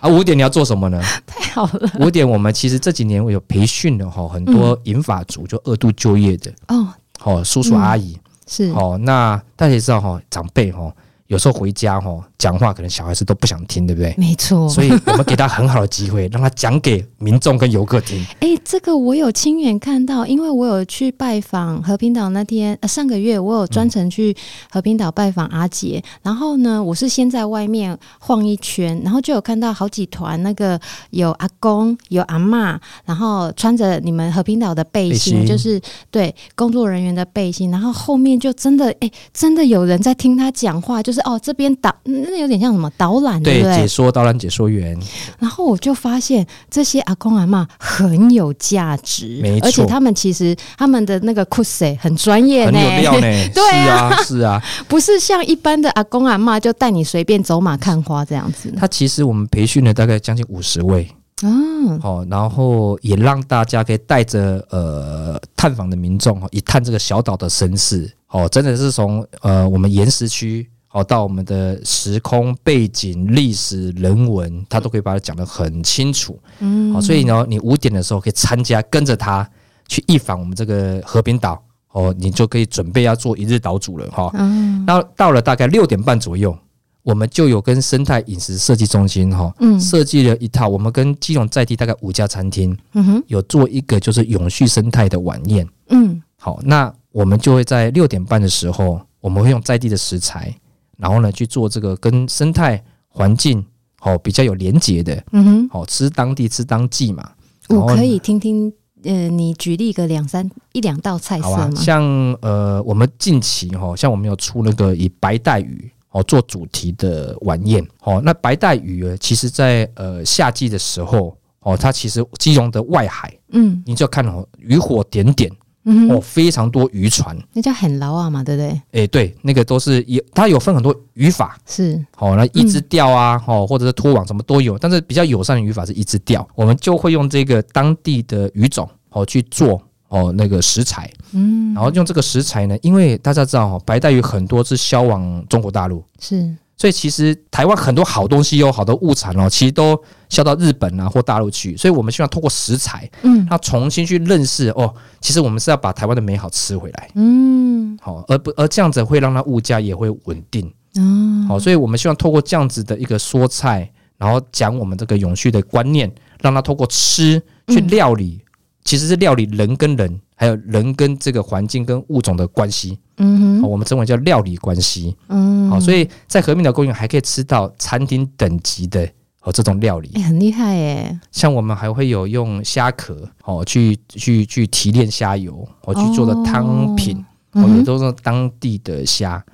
啊，五点你要做什么呢？太好了五点我们其实这几年我有培训的哈，很嗯多银发族就二度就业的，哦，哦，叔叔阿姨，是哦，那大家也知道哈，长辈哈，有时候回家哈讲话，可能小孩子都不想听，对不对？没错，所以我们给他很好的机会，让他讲给民众跟游客听。哎、这个我有亲眼看到，因为我有去拜访和平岛那天，呃、上个月我有专程去和平岛拜访阿杰，然后呢，我是先在外面晃一圈，然后就有看到好几团那个有阿公有阿嬷，然后穿着你们和平岛的背心，背心就是对工作人员的背心，然后后面就真的哎、真的有人在听他讲话，就是哦这边导那有点像什么导览， 对对，不对解？说导览解说员，然后我就发现这些阿公阿嬷很有价值没，错而且他们其实他们的那个 c u s 很专业很呢，有料呢。对是啊，是啊。 不是像一般的阿公阿嬷就带你随便走马看花这样 子。啊他其实我们培训了大概将近五十位，嗯、哦，然后也让大家可以带着呃探访的民众哦，一探这个小岛的身世哦，真的是从呃我们岩石区哦到我们的时空背景、历史、人文，他都可以把它讲得很清楚。嗯，哦，所以呢，你五点的时候可以参加，跟着他去一访我们这个和平岛哦，你就可以准备要做一日岛主了哈。嗯那到了大概六点半左右，我们就有跟生态饮食设计中心哈，嗯设计了一套，我们跟基隆在地大概五家餐厅嗯哼有做一个就是永续生态的晚宴。嗯好，那我们就会在六点半的时候，我们会用在地的食材，然后呢去做这个跟生态环境哦比较有连结的，嗯哼，哦吃当地吃当季嘛。然我后呢可以听听呃，你举例个两三一两道菜色好啊，吗？像呃，我们近期哈、哦，像我们有出那个以白带鱼哦做主题的晚宴哦，那白带鱼呃其实在呃夏季的时候哦，它其实基隆的外海，嗯你就要看哦，渔火点点嗯哦，哼，非常多渔船，那叫很牢啊嘛，对不对？诶，对，那个都是有它有分很多渔法。是，哦，那一只钓啊，哦，或者是拖网什么都有，但是比较友善的语法是一只钓，我们就会用这个当地的鱼种哦去做哦那个食材，嗯，然后用这个食材呢，因为大家知道哦，白带鱼很多是销往中国大陆，是，所以其实台湾很多好东西哦，好多物产哦，其实都销到日本啊或大陆去，所以我们希望通过食材，嗯它重新去认识哦，其实我们是要把台湾的美好吃回来，嗯好、而不而这样子会让它物价也会稳定，啊，好、所以我们希望透过这样子的一个说菜，然后讲我们这个永续的观念，让它透过吃去嗯料理，其实是料理人跟人，还有人跟这个环境跟物种的关系。嗯哦，哼，我们称为叫料理关系。嗯，好、所以在和平岛公园还可以吃到餐厅等级的哦这种料理哎、，很厉害耶！像我们还会有用虾壳哦去去去提炼虾油，哦去做的汤品，哦也嗯哼都是当地的虾。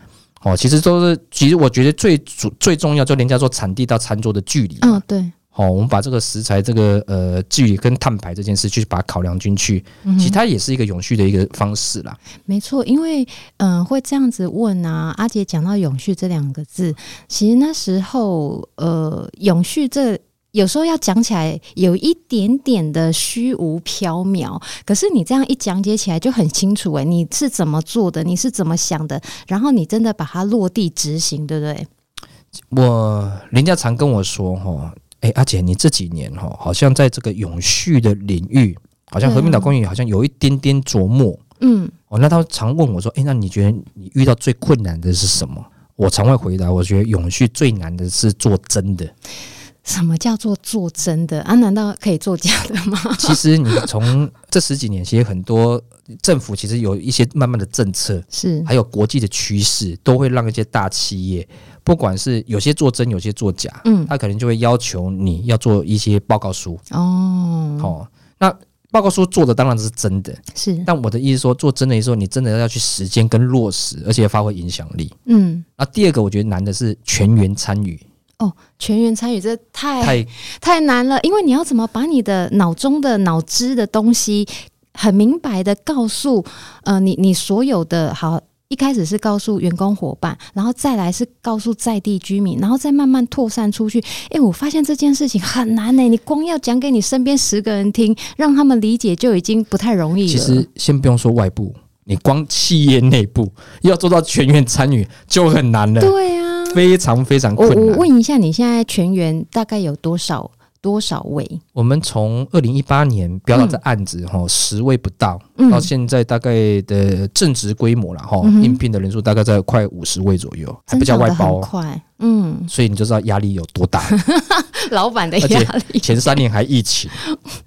哦，其实都是，其实我觉得最主最重要，就人家说产地到餐桌的距离。嗯，对，哦，我们把这个食材、这个呃距离跟碳排这件事去把它考量进去，嗯哼其实它也是一个永续的一个方式啦。没错，因为嗯、呃会这样子问啊。阿杰讲到永续这两个字，其实那时候呃，永续这有时候要讲起来有一点点的虚无缥缈，可是你这样一讲解起来就很清楚哎、你是怎么做的，你是怎么想的，然后你真的把它落地执行，对不对？我人家常跟我说哈，哎、阿姐，你这几年哈，好像在这个永续的领域，好像对啊和平岛公园好像有一点点琢磨。嗯哦，那他常问我说，哎、那你觉得你遇到最困难的是什么？我常会回答，我觉得永续最难的是做真的。什么叫做做真的啊？难道可以做假的吗？ 其实你从这十几年，其实很多政府其实有一些慢慢的政策，是，还有国际的趋势，都会让一些大企业，不管是有些做真，有些做假，嗯，他可能就会要求你要做一些报告书。哦，哦，那报告书做的当然是真的，是，但我的意思说，做真的时候，你真的要去实践跟落实，而且要发挥影响力。嗯。那第二个，我觉得难的是全员参与，全员参与这太太太难了，因为你要怎么把你的脑中的脑汁的东西很明白的告诉呃你你所有的好一开始是告诉员工伙伴，然后再来是告诉在地居民，然后再慢慢扩散出去。诶，我发现这件事情很难呢、你光要讲给你身边十个人听，让他们理解就已经不太容易了。其实先不用说外部，你光企业内部 要做到全员参与就很难了，对啊，非常呃非常我困我难。问一下，你现在全员大概有多少多少位？我们从二零一八年标到这案子哈，十位不到，嗯到现在大概的正职规模了哈，嗯哼应聘的人数大概在快五十位左右，还增不叫长外得包很哦。快，嗯，所以你就知道压力有多大。老板的而且压力前三年还 疫情，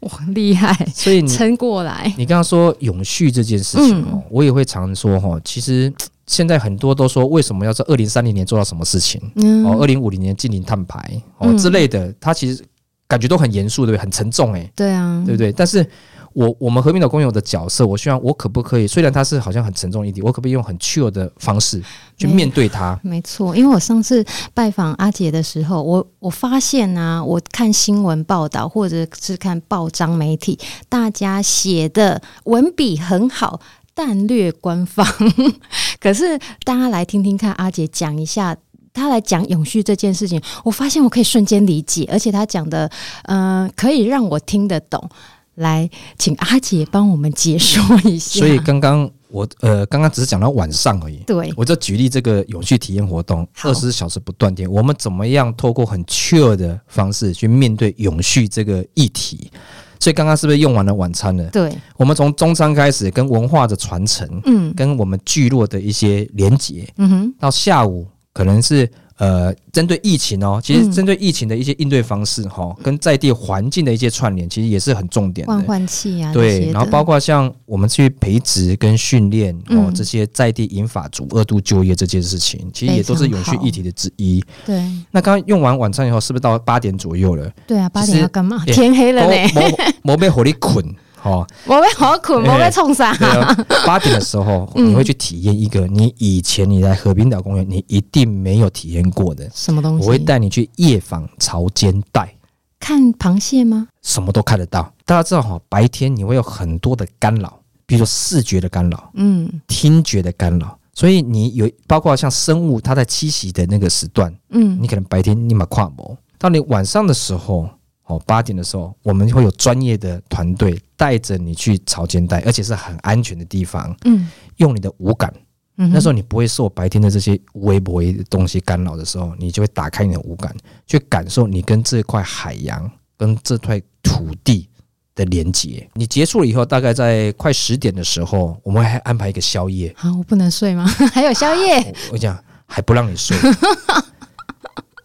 哇厉害，所以你撑过来，你刚刚说永续这件事嗯情哦，我也会常说哈，其实现在很多都说为什么要在二零三零年做到什么事情嗯，哦，二零五零年净零碳排哦嗯之类的，它其实感觉都很严肃，对不对？很沉重哎，对啊，对不对？但是我我们和平岛公有的角色，我希望我可不可以，虽然它是好像很沉重的议题，我可不可以用很 chill 的方式去没面对它？没错，因为我上次拜访阿杰的时候，我我发现啊，我看新闻报道或者是看报章媒体，大家写的文笔很好。但略官方， 可是大家来听听看，阿杰讲一下，他来讲永续这件事情，我发现我可以瞬间理解，而且他讲的，嗯、可以让我听得懂。来，请阿杰帮我们解说一下。所以刚刚我呃，刚刚只是讲到晚上而已，对，我就举例这个永续体验活动，好二十四小时不断电，我们怎么样透过很 chill 的方式去面对永续这个议题？所以刚刚是不是用完了晚餐了？对，我们从中餐开始，跟文化的传承，嗯跟我们聚落的一些连结，嗯哼，到下午可能是呃针对疫情哦，其实嗯针对疫情的一些应对方式哈、哦，跟在地环境的一些串联，其实也是很重点的。换换气啊，这些对，的然后包括像我们去培植跟训练哦、嗯这些在地银法族二度就业这件事情，其实也都是永续议题的之一。对。那刚刚用完晚餐以后，是不是到八点左 右了？对啊，八其点实哎要干嘛？也天黑了呢，没没被火力捆 哦，我被好困，哎我被冲啥？对啊，八点的时候嗯你会去体验一个你以前你来和平岛公园你一定没有体验过的，什么东我西？会带你去夜访潮间带。看螃蟹吗？什么都看得到，大家知道哈、哦，白天你会有很多的干扰，比如说视觉的干扰，嗯听觉的干扰。所以你有包括像生物它在栖息的那个时段，嗯你可能白天立马跨模，到你晚上的时候，哦八点的时候，我们会有专业的团队带着你去潮间带，而且是很安全的地方，嗯用你的五感。嗯，那时候你不会受白天的这些微波的东西干扰的时候，你就会打开你的五感，去感受你跟这块海洋、跟这块土地的连接。你结束了以后，大概在快十点的时候，我们还安排一个宵夜。好，我不能睡吗？ 还有宵夜，我我讲还不让 你睡。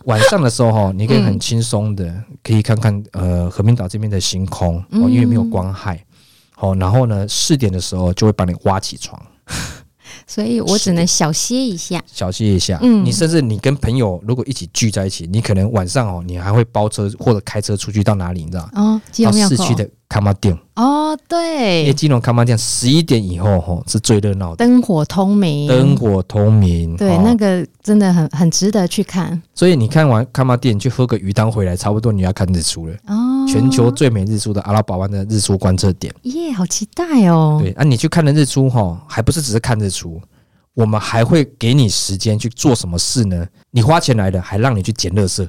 晚上的时候哈，你可以很轻松的，嗯可以看看呃和平岛这边的星空哦，因为没有光害。好、然后呢，四点的时候就会把你挖起床，所以我只能小歇一下。小歇一下。嗯你甚至你跟朋友如果一起聚在一起，你可能晚上哦，你还会包车或者开车出去到哪里，你知道吗？哦，基到隆庙市口区的卡玛店，哦，因为对，金融卡玛店十一点以后吼是最热闹的，灯火通明，灯火通明。对哦，那个真的很很值得去看所以你看完卡玛店去喝个鱼汤回来，差不多你要看日出了。哦。全球最美日出的阿拉伯湾的日出观测点。耶，好期待哦！对啊，你去看了日出哈，还不是只是看日出，我们还会给你时间去做什么事呢？你花钱来的，还让你去捡垃圾。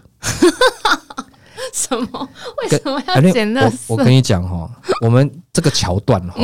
什么？为跟什么而要且捡垃啊我圾？嗯我跟你讲哈，我们这个桥段哈，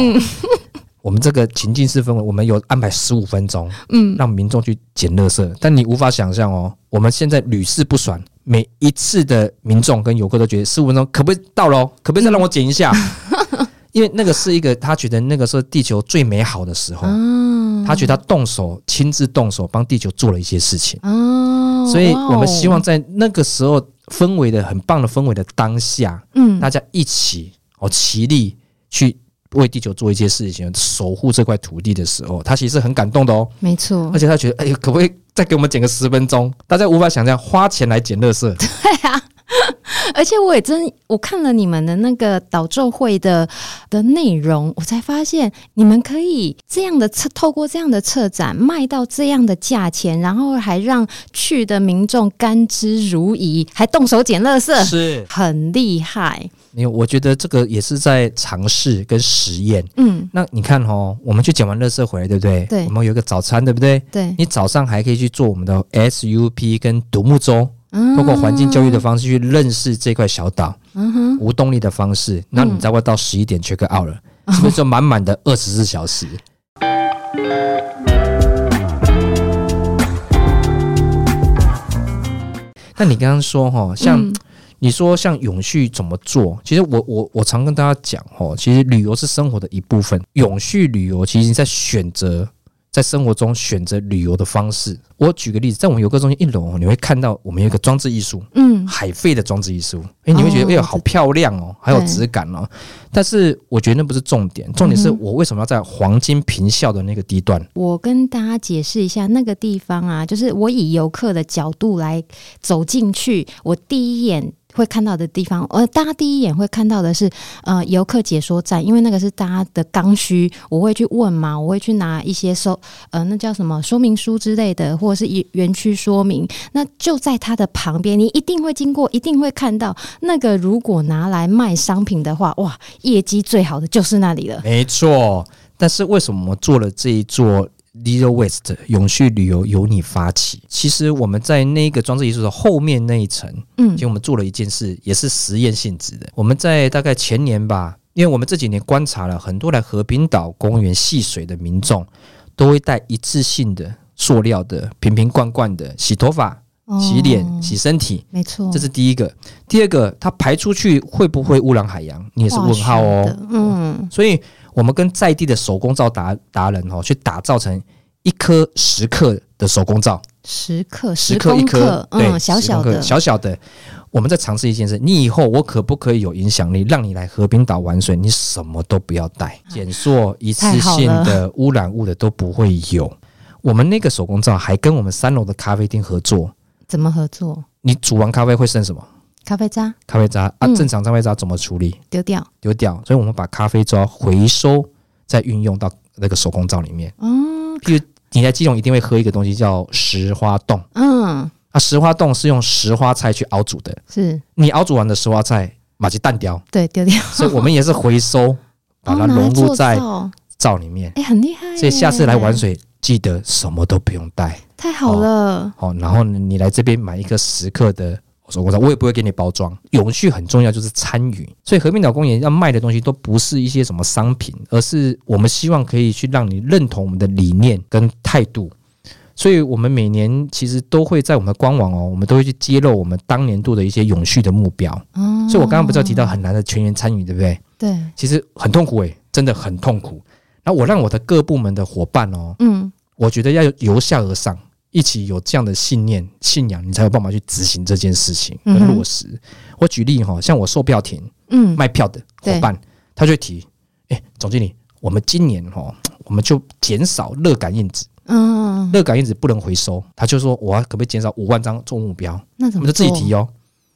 我们这个情境式氛围，我们有安排十五分钟，嗯，让民众去捡垃圾。但你无法想象哦，我们现在屡试不爽，每一次的民众跟游客都觉得十五分钟可不可以到喽？可不可以再让我捡一下？ 因为那个是一个他觉得那个是地球最美好的时候，啊他觉得他动手亲自动手帮地球做了一些事情，哦，所以哇哦我们希望在那个时候氛围的很棒的氛围的当下，嗯大家一起哦齐力去为地球做一些事情，守护这块土地的时候，他其实很感动的哦。没错而，且他觉得，哎、可不可以再给我们减个十分钟？大家无法想象花钱来捡垃圾，而且我也真，我看了你们的那个导咒会的的内容，我才发现你们可以这样的策，透过这样的策展卖到这样的价钱，然后还让去的民众甘之如饴，还动手捡垃圾，是很厉害。因为我觉得这个也是在尝试跟实验。嗯，那你看哦，我们去捡完垃圾回来，对不对？对我们有一个早餐，对不对？对，你早上还可以去做我们的 SUP 跟独木舟，嗯通过环境教育的方式去认识这块小岛，嗯哼，无动力的方式。那你再会到十一点 check out 了，嗯是不是就满满的二十四小时？那你刚刚说哈，像嗯你说像永续怎么做？其实我我我常跟大家讲哦，其实旅游是生活的一部分。永续旅游其实你在选择在生活中选择旅游的方式。我举个例子，在我们游客中心一楼哦，你会看到我们有一个装置艺术，嗯海废的装置艺术，哎，你会觉得哦哎呦我知好漂亮哦，还有质感哦。但是我觉得那不是重点，重点是嗯哼我为什么要在黄金平效的那个 地段？我跟大家解释一下，那个地方啊，就是我以游客的角度来走进去，我第一眼。会看到的地方，呃，大家第一眼会看到的是，呃，游客解说站，因为那个是大家的刚需，我会去问嘛，我会去拿一些收，呃，那叫什么说明书之类的，或者是园园区说明，那就在它的旁边，你一定会经过，一定会看到那个。如果拿来卖商品的话，哇，业绩最好的就是那里了。没错，但是为什么我们做了这一座 Zero Waste 永续旅游由你发起？其实我们在那个装置艺术的后面那一层，嗯其实我们做了一件事，也是实验性质的。我们在大概前年吧，因为我们这几年观察了很多来和平岛公园戏水的民众，都会带一次性的塑料的瓶瓶罐罐的洗头发、洗脸、哦洗身体。没错，这是第一个，第二个，它排出去会不会污染海洋？你也是问号化学哦的。嗯，所以我们跟在地的手工皂达达人哦，去打造成一颗十克的手工皂，十克十克克一颗，对，嗯，小10小公克的，小小的。我们在尝试一件事，你以后我可不可以有影响力，让你来河滨岛玩水，你什么都不要哎带，减塑一次性太好的污染物的都不会有。我们那个手工皂还跟我们三楼的咖啡厅合作，怎么合作？你煮完咖啡会剩什么？咖啡渣咖啡渣啊，嗯正常咖啡渣怎么处理？丢掉丢掉，所以我们把咖啡渣回收，再运用到那个手工皂里面。哦，譬如你在基隆一定会喝一个东西叫石花冻嗯，啊，石花冻是用石花菜去熬煮的，是你熬煮完的石花菜马吉淡掉，对，丢掉，所以我们也是回收， 把它哦拿来融入做在皂皂里面。哎，很厉害耶，所以下次来玩水，记得什么都不用带太好了，哦。然后你来这边买一个十克的手工皂，我也不会给你包装。永续很重要，就是参与。所以和平岛公园要卖的东西都不是一些什么商品，而是我们希望可以去让你认同我们的理念跟态度。所以，我们每年其实都会在我们的官网哦，我们都会去揭露我们当年度的一些永续的目标。嗯，所以我刚刚不是有提到很难的全员参与，对不对？对，其实很痛苦诶、欸真的很痛苦。那我让我的各部门的伙伴哦，嗯，我觉得要由下而上，一起有这样的信念、信仰，你才有办法去执行这件事情嗯跟哼落实。我举例哈、像我售票亭嗯，卖票的伙伴，他就会提，哎、总经理，我们今年哈、哦，我们就减少热感应纸，嗯，热感应纸不能回收，他就说我要可不可以减少五万张做目标？那我怎们么就自己做提，哦，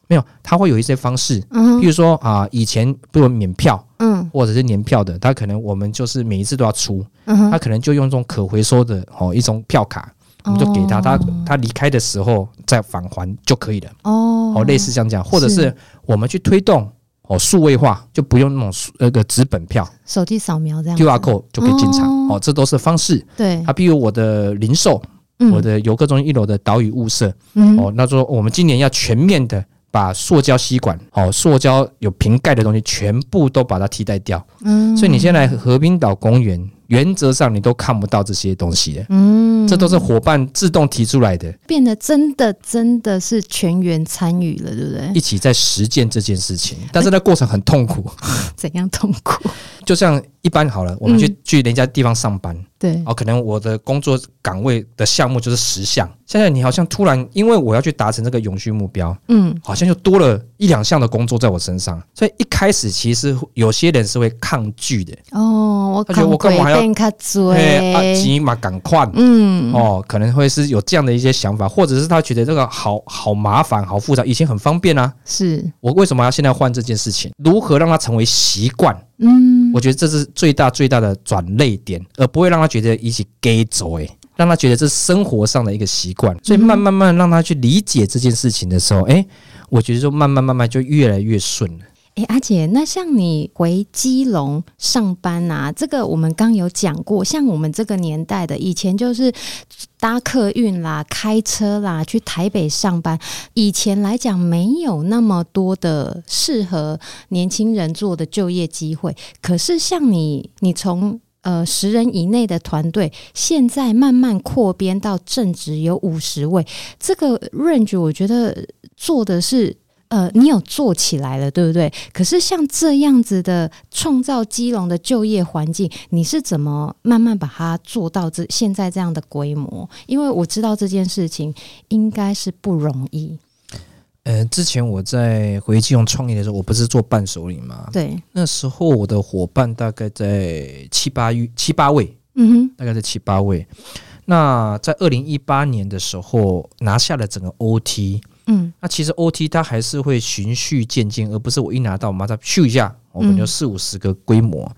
没有，他会有一些方式，嗯譬如说啊、以前不如免票。嗯或者是年票的，他可能我们就是每一次都要出，嗯他哼，可能就用这种可回收的哦一种票卡，我们就给他，他他离开的时候再返还就可以了。哦，哦，类似像这样，或者是我们去推动哦数位化，就不用那种数那个纸本票手机扫描这样子 QR code 就可以进场。哦哦，这都是方式。对啊，，比如我的零售，嗯我的游客中心一楼的岛屿物色，嗯哦，那说我们今年要全面的。把塑胶吸管、哦，塑胶有瓶盖的东西全部都把它替代掉，嗯，所以你现在河滨岛公园原则上你都看不到这些东西了，嗯，这都是伙伴自动提出来的，变得真的真的是全员参与了，对不对？一起在实践这件事情。但是那过程很痛苦， 怎样痛苦？就像一般好了，我们去、嗯去人家地方上班，对，哦，可能我的工作岗位的项目就是十项，现在你好像突然因为我要去达成这个永续目标，嗯，好像又多了一两项的工作在我身上，所以一开始其实有些人是会抗拒的，哦，我而且我干嘛还要变卡嘿啊，嘴，急嘛，赶快。嗯，哦，可能会是有这样的一些想法，或者是他觉得这个好好麻烦、好复杂，以前很方便啊，是，我为什么要现在换这件事情？如何让它成为习惯？嗯，我觉得这是最大最大的转泪点，而不会让他觉得一起 gay 走诶，让他觉得这是生活上的一个习惯，所以慢慢哎慢慢让他去理解这件事情的时候，诶，我觉得就慢慢慢慢就越来越顺了。哎、哎、阿姐，那像你回基隆上班啊，这个我们刚有讲过，像我们这个年代的，以前就是搭客运啦、开车啦去台北上班，以前来讲没有那么多的适合年轻人做的就业机会。可是像你，你从呃十人以内的团队，现在慢慢扩编到正职有五十位，这个 range 我觉得做的是呃，你有做起来了，对不对？可是像这样子的创造基隆的就业环境，你是怎么慢慢把它做到这现在这样的规模？因为我知道这件事情应该是不容易，呃，之前我在回基隆创业的时候，我不是做伴手礼嘛？对，那时候我的伙伴大概在七八月七八位，嗯大概在七八位。那在二零一八年的时候，拿下了整个 OT。哼，嗯那其实 OT 它还是会循序渐进，而不是我一拿到马上咻一下，我们就四五十个规模，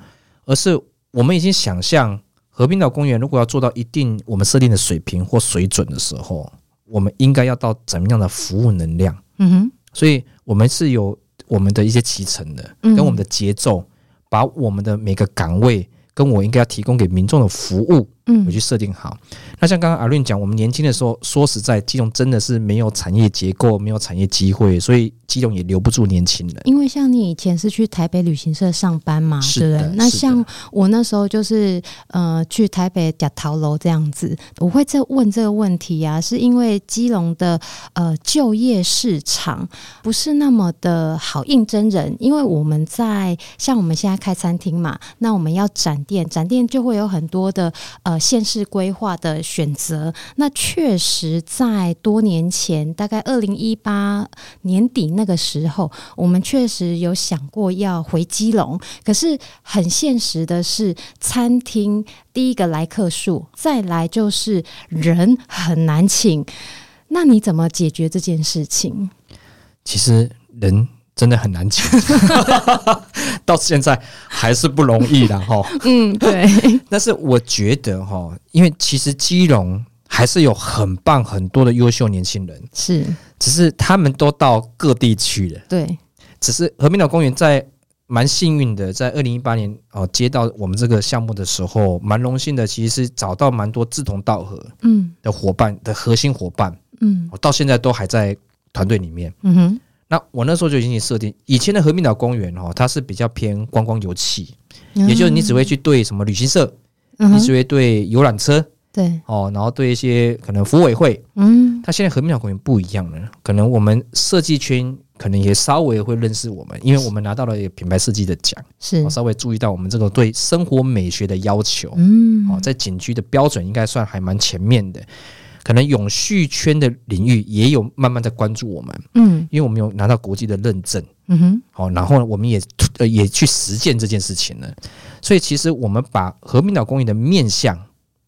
而是我们已经想象和平岛公园如果要做到一定我们设定的水平或水准的时候，我们应该要到怎么样的服务能量？嗯哼，所以我们是有我们的一些骑乘的，嗯跟我们的节奏，把我们的每个岗位跟我应该要提供给民众的服务，我嗯去设定好。那像刚刚阿润讲，我们年轻的时候，说实在，基隆真的是没有产业结构，没有产业机会，所以基隆也留不住年轻人。因为像你以前是去台北旅行社上班嘛，是对不的对？那是的像我那时候就是呃去台北假桃楼这样子，我会在问这个问题啊，是因为基隆的呃就业市场不是那么的好应征人，因为我们在像我们现在开餐厅嘛，那我们要展店，展店就会有很多的呃县市规划的选择。那确实在多年前，大概二零一八年底那个时候，我们确实有想过要回基隆，可是很现实的是，餐厅第一个来客数，再来就是人很难请。那你怎么解决这件事情？其实人真的很难请， 到现在还是不容易的哈。嗯，对，但是我觉得哈，因为其实基隆还是有很棒很多的优秀年轻人，是，只是他们都到各地去了。对，只是和平岛公园在蛮幸运的，在二零一八年哦接到我们这个项目的时候，蛮荣幸的，其实是找到蛮多志同道合嗯的伙伴的核心伙伴，嗯我到现在都还在团队里面。嗯哼，那我那时候就已经设定，以前的和平岛公园哦，它是比较偏观光游憩，也就是你只会去对什么旅行社，嗯你哼只会对游览车对，哦，然后对一些可能服委会，嗯它现在和平岛公园不一样了，可能我们设计圈可能也稍微会认识我们，因为我们拿到了品牌设计的奖，是哦，稍微注意到我们这个对生活美学的要求，嗯哦，在景区的标准应该算还蛮前面的。可能永续圈的领域也有慢慢在关注我们，嗯因为我们有拿到国际的认证，嗯哼哦，然后我们也呃也去实践这件事情了。所以其实我们把和平岛公园的面向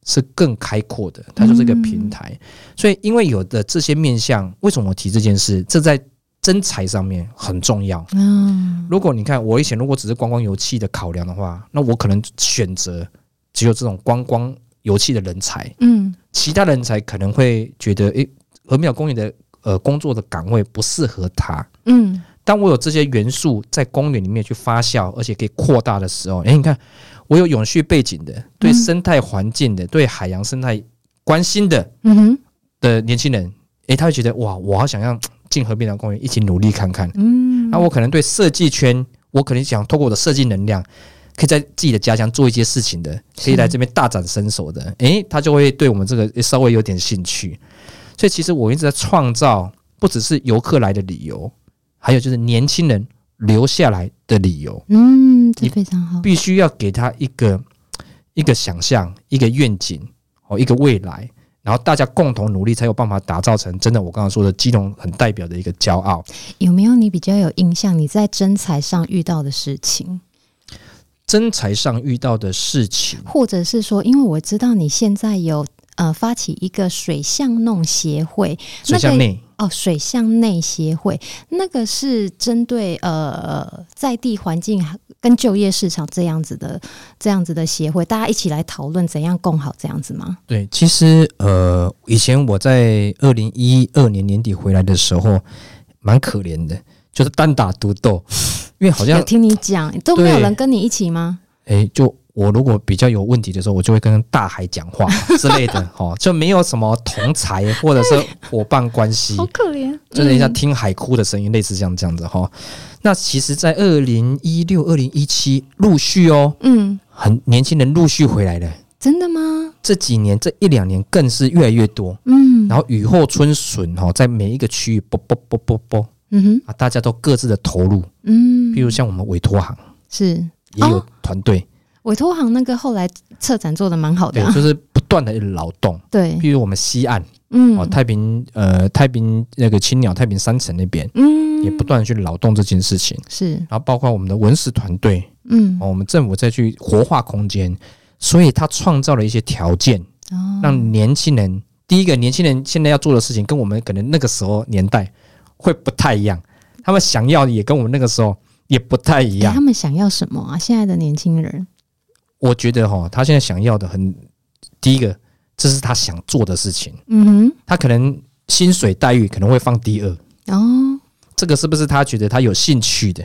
是更开阔的，它就是一个平台。所以因为有的这些面向，为什么我提这件事？这在征才上面很重要。嗯如果你看我以前如果只是观光油气的考量的话，那我可能选择只有这种观光油气的人才，嗯其他人才可能会觉得，诶，和平岛公园的呃工作的岗位不适合他。嗯当我有这些元素在公园里面去发酵，而且可以扩大的时候，诶，你看我有永续背景的，对生态环境的，对海洋生态关心的嗯哼的年轻人，诶，他会觉得哇，我好想要进和平岛公园一起努力看看。嗯，那我可能对设计圈，我可能想透过我的设计能量，可以在自己的家乡做一些事情的，可以来这边大展身手的，诶、他就会对我们这个诶稍微有点兴趣。所以其实我一直在创造，不只是游客来的理由，还有就是年轻人留下来的理由，嗯，这你非常好，必须要给他一个一个想象，一个愿景，哦，一个未来。然后大家共同努力，才有办法打造成真的我刚刚说的基隆很代表的一个骄傲。有没有你比较有印象你在征才上遇到的事情？真才上遇到的事情，或者是说，因为我知道你现在有呃发起一个水巷弄协会水象内、哦，水巷内协会那个是针对呃在地环境跟就业市场这样子的这样子的协会，大家一起来讨论怎样共好这样子吗？对，其实呃，以前我在二零一二年年底回来的时候，蛮可怜的，就是单打独斗，因为好像有听你讲，都没有对人跟你一起吗？诶，哎就我如果比较有问题的时候，我就会跟大海 讲话之类的，哦，就没有什么同才或者是伙伴关 系，可怜，就是像听海哭的声音，类似像这样子哈。那其实，在二零一六、二零一七陆续哦，嗯，很年轻人陆续回来了。真的吗？这几年这一两年更是越来越多，嗯然后雨后春笋哈、哦，在每一个区域啵啵啵啵啵嗯哼，啊，大家都各自的投入。嗯，比如像我们委托行是也有哦团队，委托行那个后来策展做的蛮好的对啊、，就是不断的劳动。对，譬如我们西岸嗯哦，太平呃太平那个青鸟太平山城那边嗯也不断地去劳动这件事情，是然后包括我们的文史团队嗯哦，我们政府再去活化空间，所以他创造了一些条件，哦让年轻人第一个年轻人现在要做的事情跟我们可能那个时候年代会不太一样，他们想要的也跟我们那个时候也不太一诶样哎他。们想要什么啊？现在的年轻人，我觉得哈、哦，他现在想要的很第一个，这是他想做的事情，嗯他可能薪水待遇可能会放第二。哼，哦，这个是不是他觉得他有兴趣的？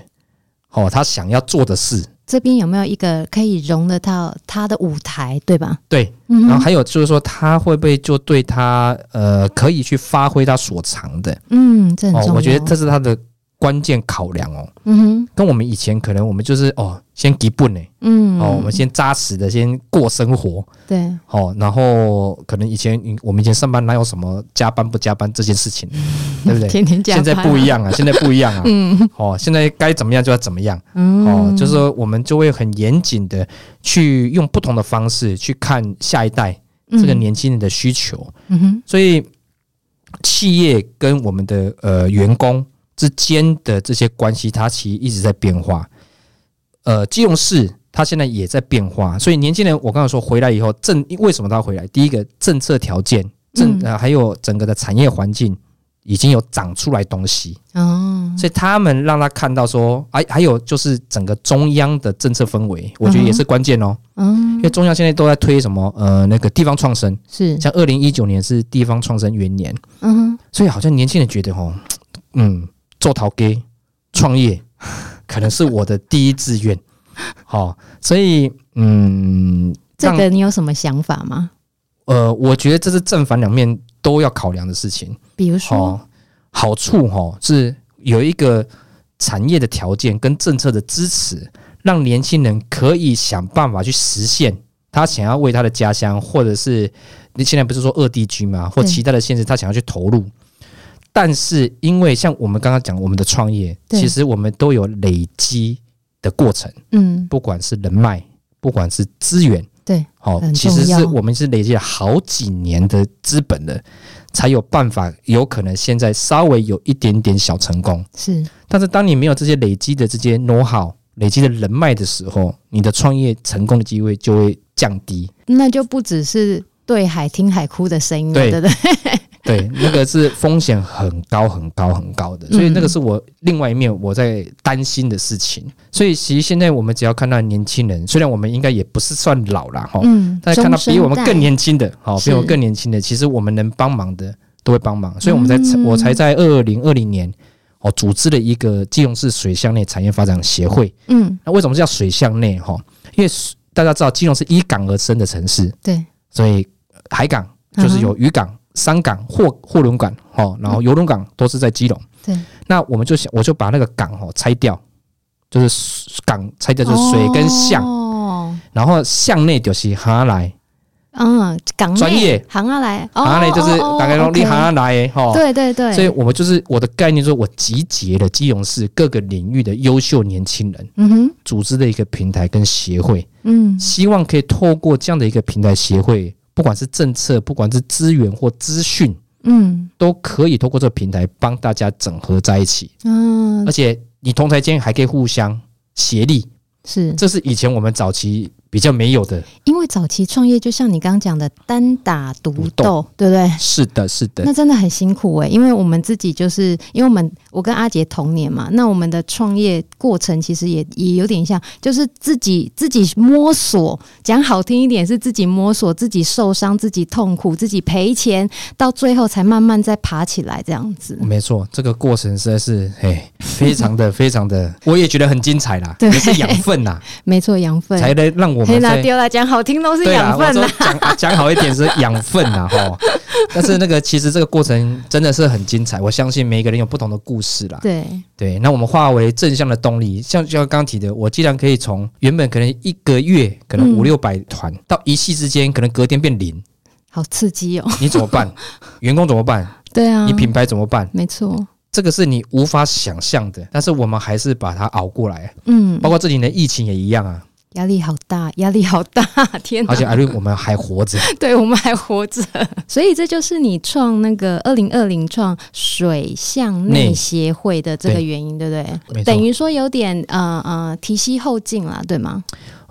哦，他想要做的事，这边有没有一个可以容得到他的舞台，对吧？对。嗯哼，然后还有就是说，他会不会就对他呃，可以去发挥他所长的？嗯，这很重哦要，，我觉得这是他的关键考量哦。嗯哼，跟我们以前可能我们就是哦，先基本呢，嗯，哦，我们先扎实的先过生活，对，哦，然后可能以前嗯我们以前上班哪有什么加班不加班这件事情，对 不对？天天加现班在啊不一，样啊，现在不一样啊， 嗯哦，现在该怎么样就要怎么样。嗯，哦，就是说我们就会很严谨的去用不同的方式去看下一代这个嗯，年轻人的需求，嗯哼，所以企业跟我们的呃员工之间的这些关系，它其实一直在变化。呃，基隆市它现在也在变化，所以年轻人我刚才说回来以后政为什么他回来？第一个政策条件，政、嗯呃、还有整个的产业环境已经有长出来东西，哦，所以他们让他看到说，哎，还有就是整个中央的政策氛围，我觉得也是关键哦。嗯因为，中央现在都在推什么呃那个地方创生，是，像二零一九年是地方创生元年，嗯哼，所以好像年轻人觉得哦，嗯，做陶给创业可能是我的第一志愿，好、所以嗯，这让个你有什么想法吗？呃，我觉得这是正反两面都要考量的事情。比如说，哦，好处哦、是有一个产业的条件跟政策的支持，让年轻人可以想办法去实现他想要为他的家乡，或者是你现在不是说二地居嘛，或对其他的县市，他想要去投入。但是因为像我们刚刚讲我们的创业，对其实我们都有累积的过程，嗯，不管是人脉，不管是资源，对，哦很，其重实要是我们是累积了好几年的资本的，才有办法有可能现在稍微有一点点小成功。是，但是当你没有这些累积的这些 know how、累积的人脉的时候，你的创业成功的机会就会降低。那就不只是对海听海哭的声音了，对对不对？ 对，那个是风险很高、很高、很高嗯的，所以那个是我另外一面我在担心的事情。所以其实现在我们只要看到年轻人，虽然我们应该也不是算老了哈， 嗯，但是哦看到比我们更年轻的，好、是比我们更年轻的，其实我们能帮忙的都会帮忙，所以我们才、嗯我才在二零二零年，哦，组织了一个基隆市水乡内产业发展协会。中生代，嗯，那为什么叫水乡内？哈、因为水大家知道基隆是依港而生的城市，对，所以呃海港嗯就是有渔港、商港、货货轮港，哦，然后游轮港都是在基隆。对，那我们就想，我就把那个港哦拆掉，就是港拆掉就是水跟巷，哦，然后巷内就是哈来。嗯，港内专业行啊来，哦行内就是哦哦大哦概用，OK 你行来哈。吼对对对，啊哦所以我们就是我的概念，就是我集结了基隆市各个领域的优秀年轻人，嗯哼，组织的一个平台跟协会，嗯希望可以透过这样的一个平台协会，不管是政策，不管是资源或资讯，嗯都可以透过这个平台帮大家整合在一起，嗯而，且你同台间还可以互相协力，是，这是以前我们早期。比较没有的。因为早期创业就像你刚刚讲的单打独独斗，对不对？是的，是的，那真的很辛苦哎、因为我们自己就是因为我们我跟阿杰同年嘛，那我们的创业过程其实也也有点像，就是自己自己摸索，讲好听一点是自己摸索，自己受伤，自己痛苦，自己赔钱，到最后才慢慢再爬起来这样子。没错，这个过程实在是哎，非常的 非常的，我也觉得很精彩啦，对也是养分 呐，没错，养分。才能让我黑们啦在丢啦，讲好听都是对啦，养我分啊说啦。讲啊讲好一点是养分啦哈。但是那个其实这个过程真的是很精彩，我相信每一个人有不同的故事 啦。对，对，那我们化为正向的动力，像就像刚刚提的，我既然可以从原本可能一个月可能嗯五六百团，到一夕之间可能隔天变零，好刺激哦。 你怎么办？员工怎么办？对啊，你品牌怎么办？没错，这个是你无法想象的，但是我们还是把它熬过来。嗯包，括这几年疫情也一样啊，压力好大，压力好大， 天哪！而且哎艾瑞我们还 活着，对我们还活着， 所以这就是你创那个二零二零创水象内协会的这个原因，对不没对？错等于说有点呃呃提膝后进啦，对吗？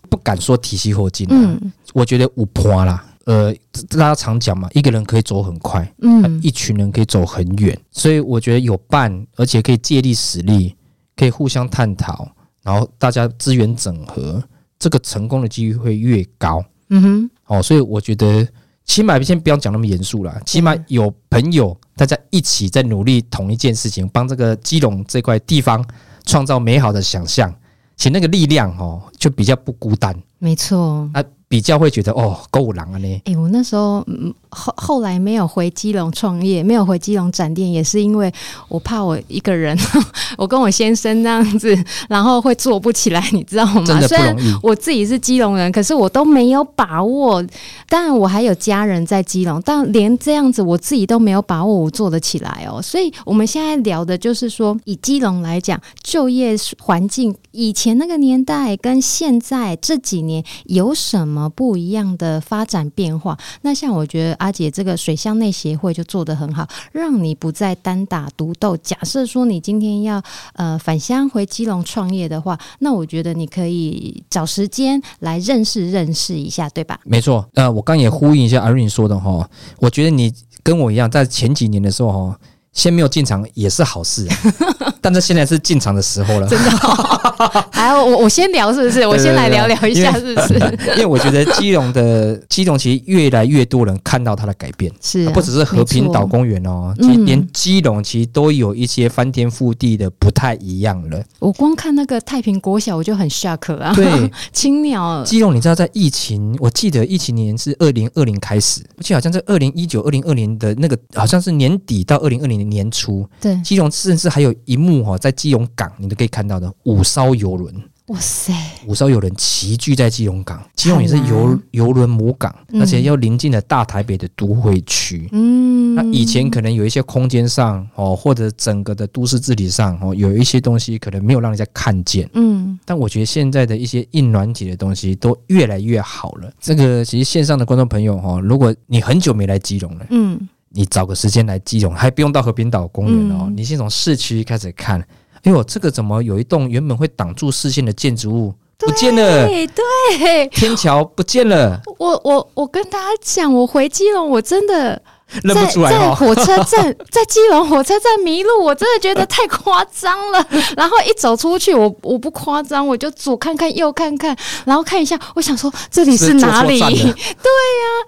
不敢说提膝后进、啊。嗯我觉得五坡啦，呃，大家常讲嘛，一个人可以走很快，嗯呃一群人可以走很远，所以我觉得有伴，而且可以借力使力，可以互相探讨，然后大家资源整合，这个成功的几率会越高嗯哼，哦。所以我觉得，起码先不要讲那么严肃啦，起码有朋友，大家一起在努力同一件事情，帮这个基隆这块地方创造美好的想象，其实那个力量哦，就比较不孤单。没错。啊，比较会觉得哦，够狼啊呢。诶，我那时候、嗯、后后来没有回基隆创业，没有回基隆展店，也是因为我怕我一个人， 我跟我先生那样子，然后会做不起来，你知道吗？真的不嗯啊虽然容易。我自己是基隆人，可是我都没有把握。当然，我还有家人在基隆，但连这样子我自己都没有把握，我做得起来哦。所以，我们现在聊的就是说，以基隆来讲，就业环境以前那个年代跟现在这几年有什么不一样的发展变化？那像我觉得阿姐这个水乡内协会就做得很好，让你不再单打独斗。假设说你今天要呃返乡回基隆创业的话，那我觉得你可以找时间来认识认识一下，对 吧？没错，呃，我刚也呼应一下阿润说的哈，我觉得你跟我一样，在前几年的时候哈，先没有进场也是好事、 啊，但是现在是进场的时候了，真的、哦，哎，我我先聊是不是？我先来聊聊一下是不 是？因为我觉得基隆的基隆其实越来越多人看到它的改变，是啊、不只是和平岛没错，公园哦，其实嗯连基隆其实都有一些翻天覆地的不太一样了。我光看那个太平国小我就很 shock 啊，对， 青鸟，基隆，你知道在疫情，我记得疫情年是二零二零开始，我记得好像在二零一九、二零二零的那个，好像是年底到二零二零年初，对，基隆甚至还有一幕哈、哦，在基隆港你都可以看到的五艘游轮，哇塞，五艘游轮齐聚在基隆港，基隆也是游嗯游轮母港，嗯而且又临近了大台北的都会区。嗯，那以前可能有一些空间上哦，或者整个的都市治理上哦，有一些东西可能没有让人家看见。嗯，但我觉得现在的一些硬软体的东西都越来越好了。这个其实线上的观众朋友哈、哦，如果你很久没来基隆了，嗯你找个时间来基隆，还不用到和平岛公园哦，嗯你先从市区开始看。哎呦，这个怎么有一栋原本会挡住视线的建筑物不见了？对哎对，天桥不见了，我我我跟大家讲，我回基隆，我真的认不出来在在哦。火车站，在基隆火车站迷路，我真的觉得太夸张 了。然后一走出去，我我不夸张，我就左看看右看看，然后看一下，我想说这里是是坐错哪里？站了对呀、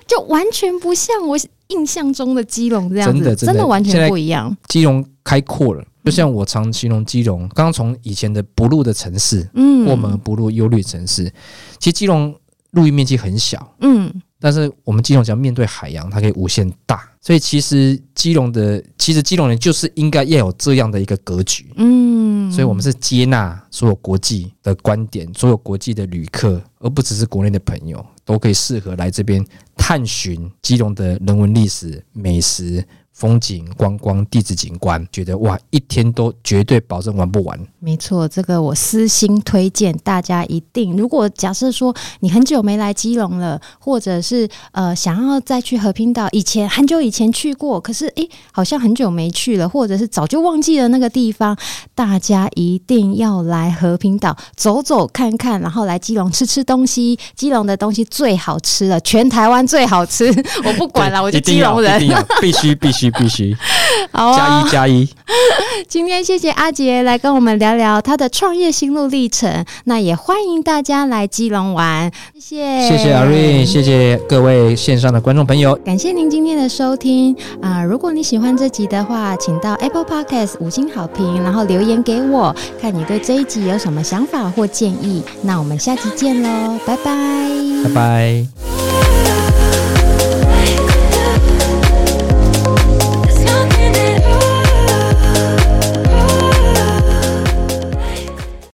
就完全不像我印象中的基隆这样子，真的真的完现在全不一样。基隆开阔了，就像我常形容基隆，刚刚从以前的不入的城市，嗯，过门而不入忧虑城市，其实基隆陆地面积很小。嗯但是我们基隆只要面对海洋，它可以无限大，所以其实基隆的，其实基隆人就是应该要有这样的一个格局，嗯，所以我们是接纳所有国际的观点，所有国际的旅客，而不只是国内的朋友，都可以适合来这边探寻基隆的人文历史、美食、风景、观光、地质景观，觉得哇，一天都绝对保证玩不完。没错，这个我私心推荐大家一定。如果假设说你很久没来基隆了，或者是呃想要再去和平岛，以前很久以前去过，可是诶、好像很久没去了，或者是早就忘记了那个地方，大家一定要来和平岛走走看看，然后来基隆吃吃东西。基隆的东西最好吃了，全台湾最好吃，我不 管了，我就一定基要隆一人定。要，必须必须必须，好啊，加一加一。今天谢谢阿杰来跟我们聊聊他的创业心路历程，那也欢迎大家来基隆玩，谢谢，谢谢阿瑞，。谢谢各位线上的观众朋友，感谢您今天的收听啊、如果你喜欢这集的话，请到 Apple Podcast 五星好评，然后留言给我，看你对这一集有什么想法或建议。那我们下集见喽，拜拜拜拜。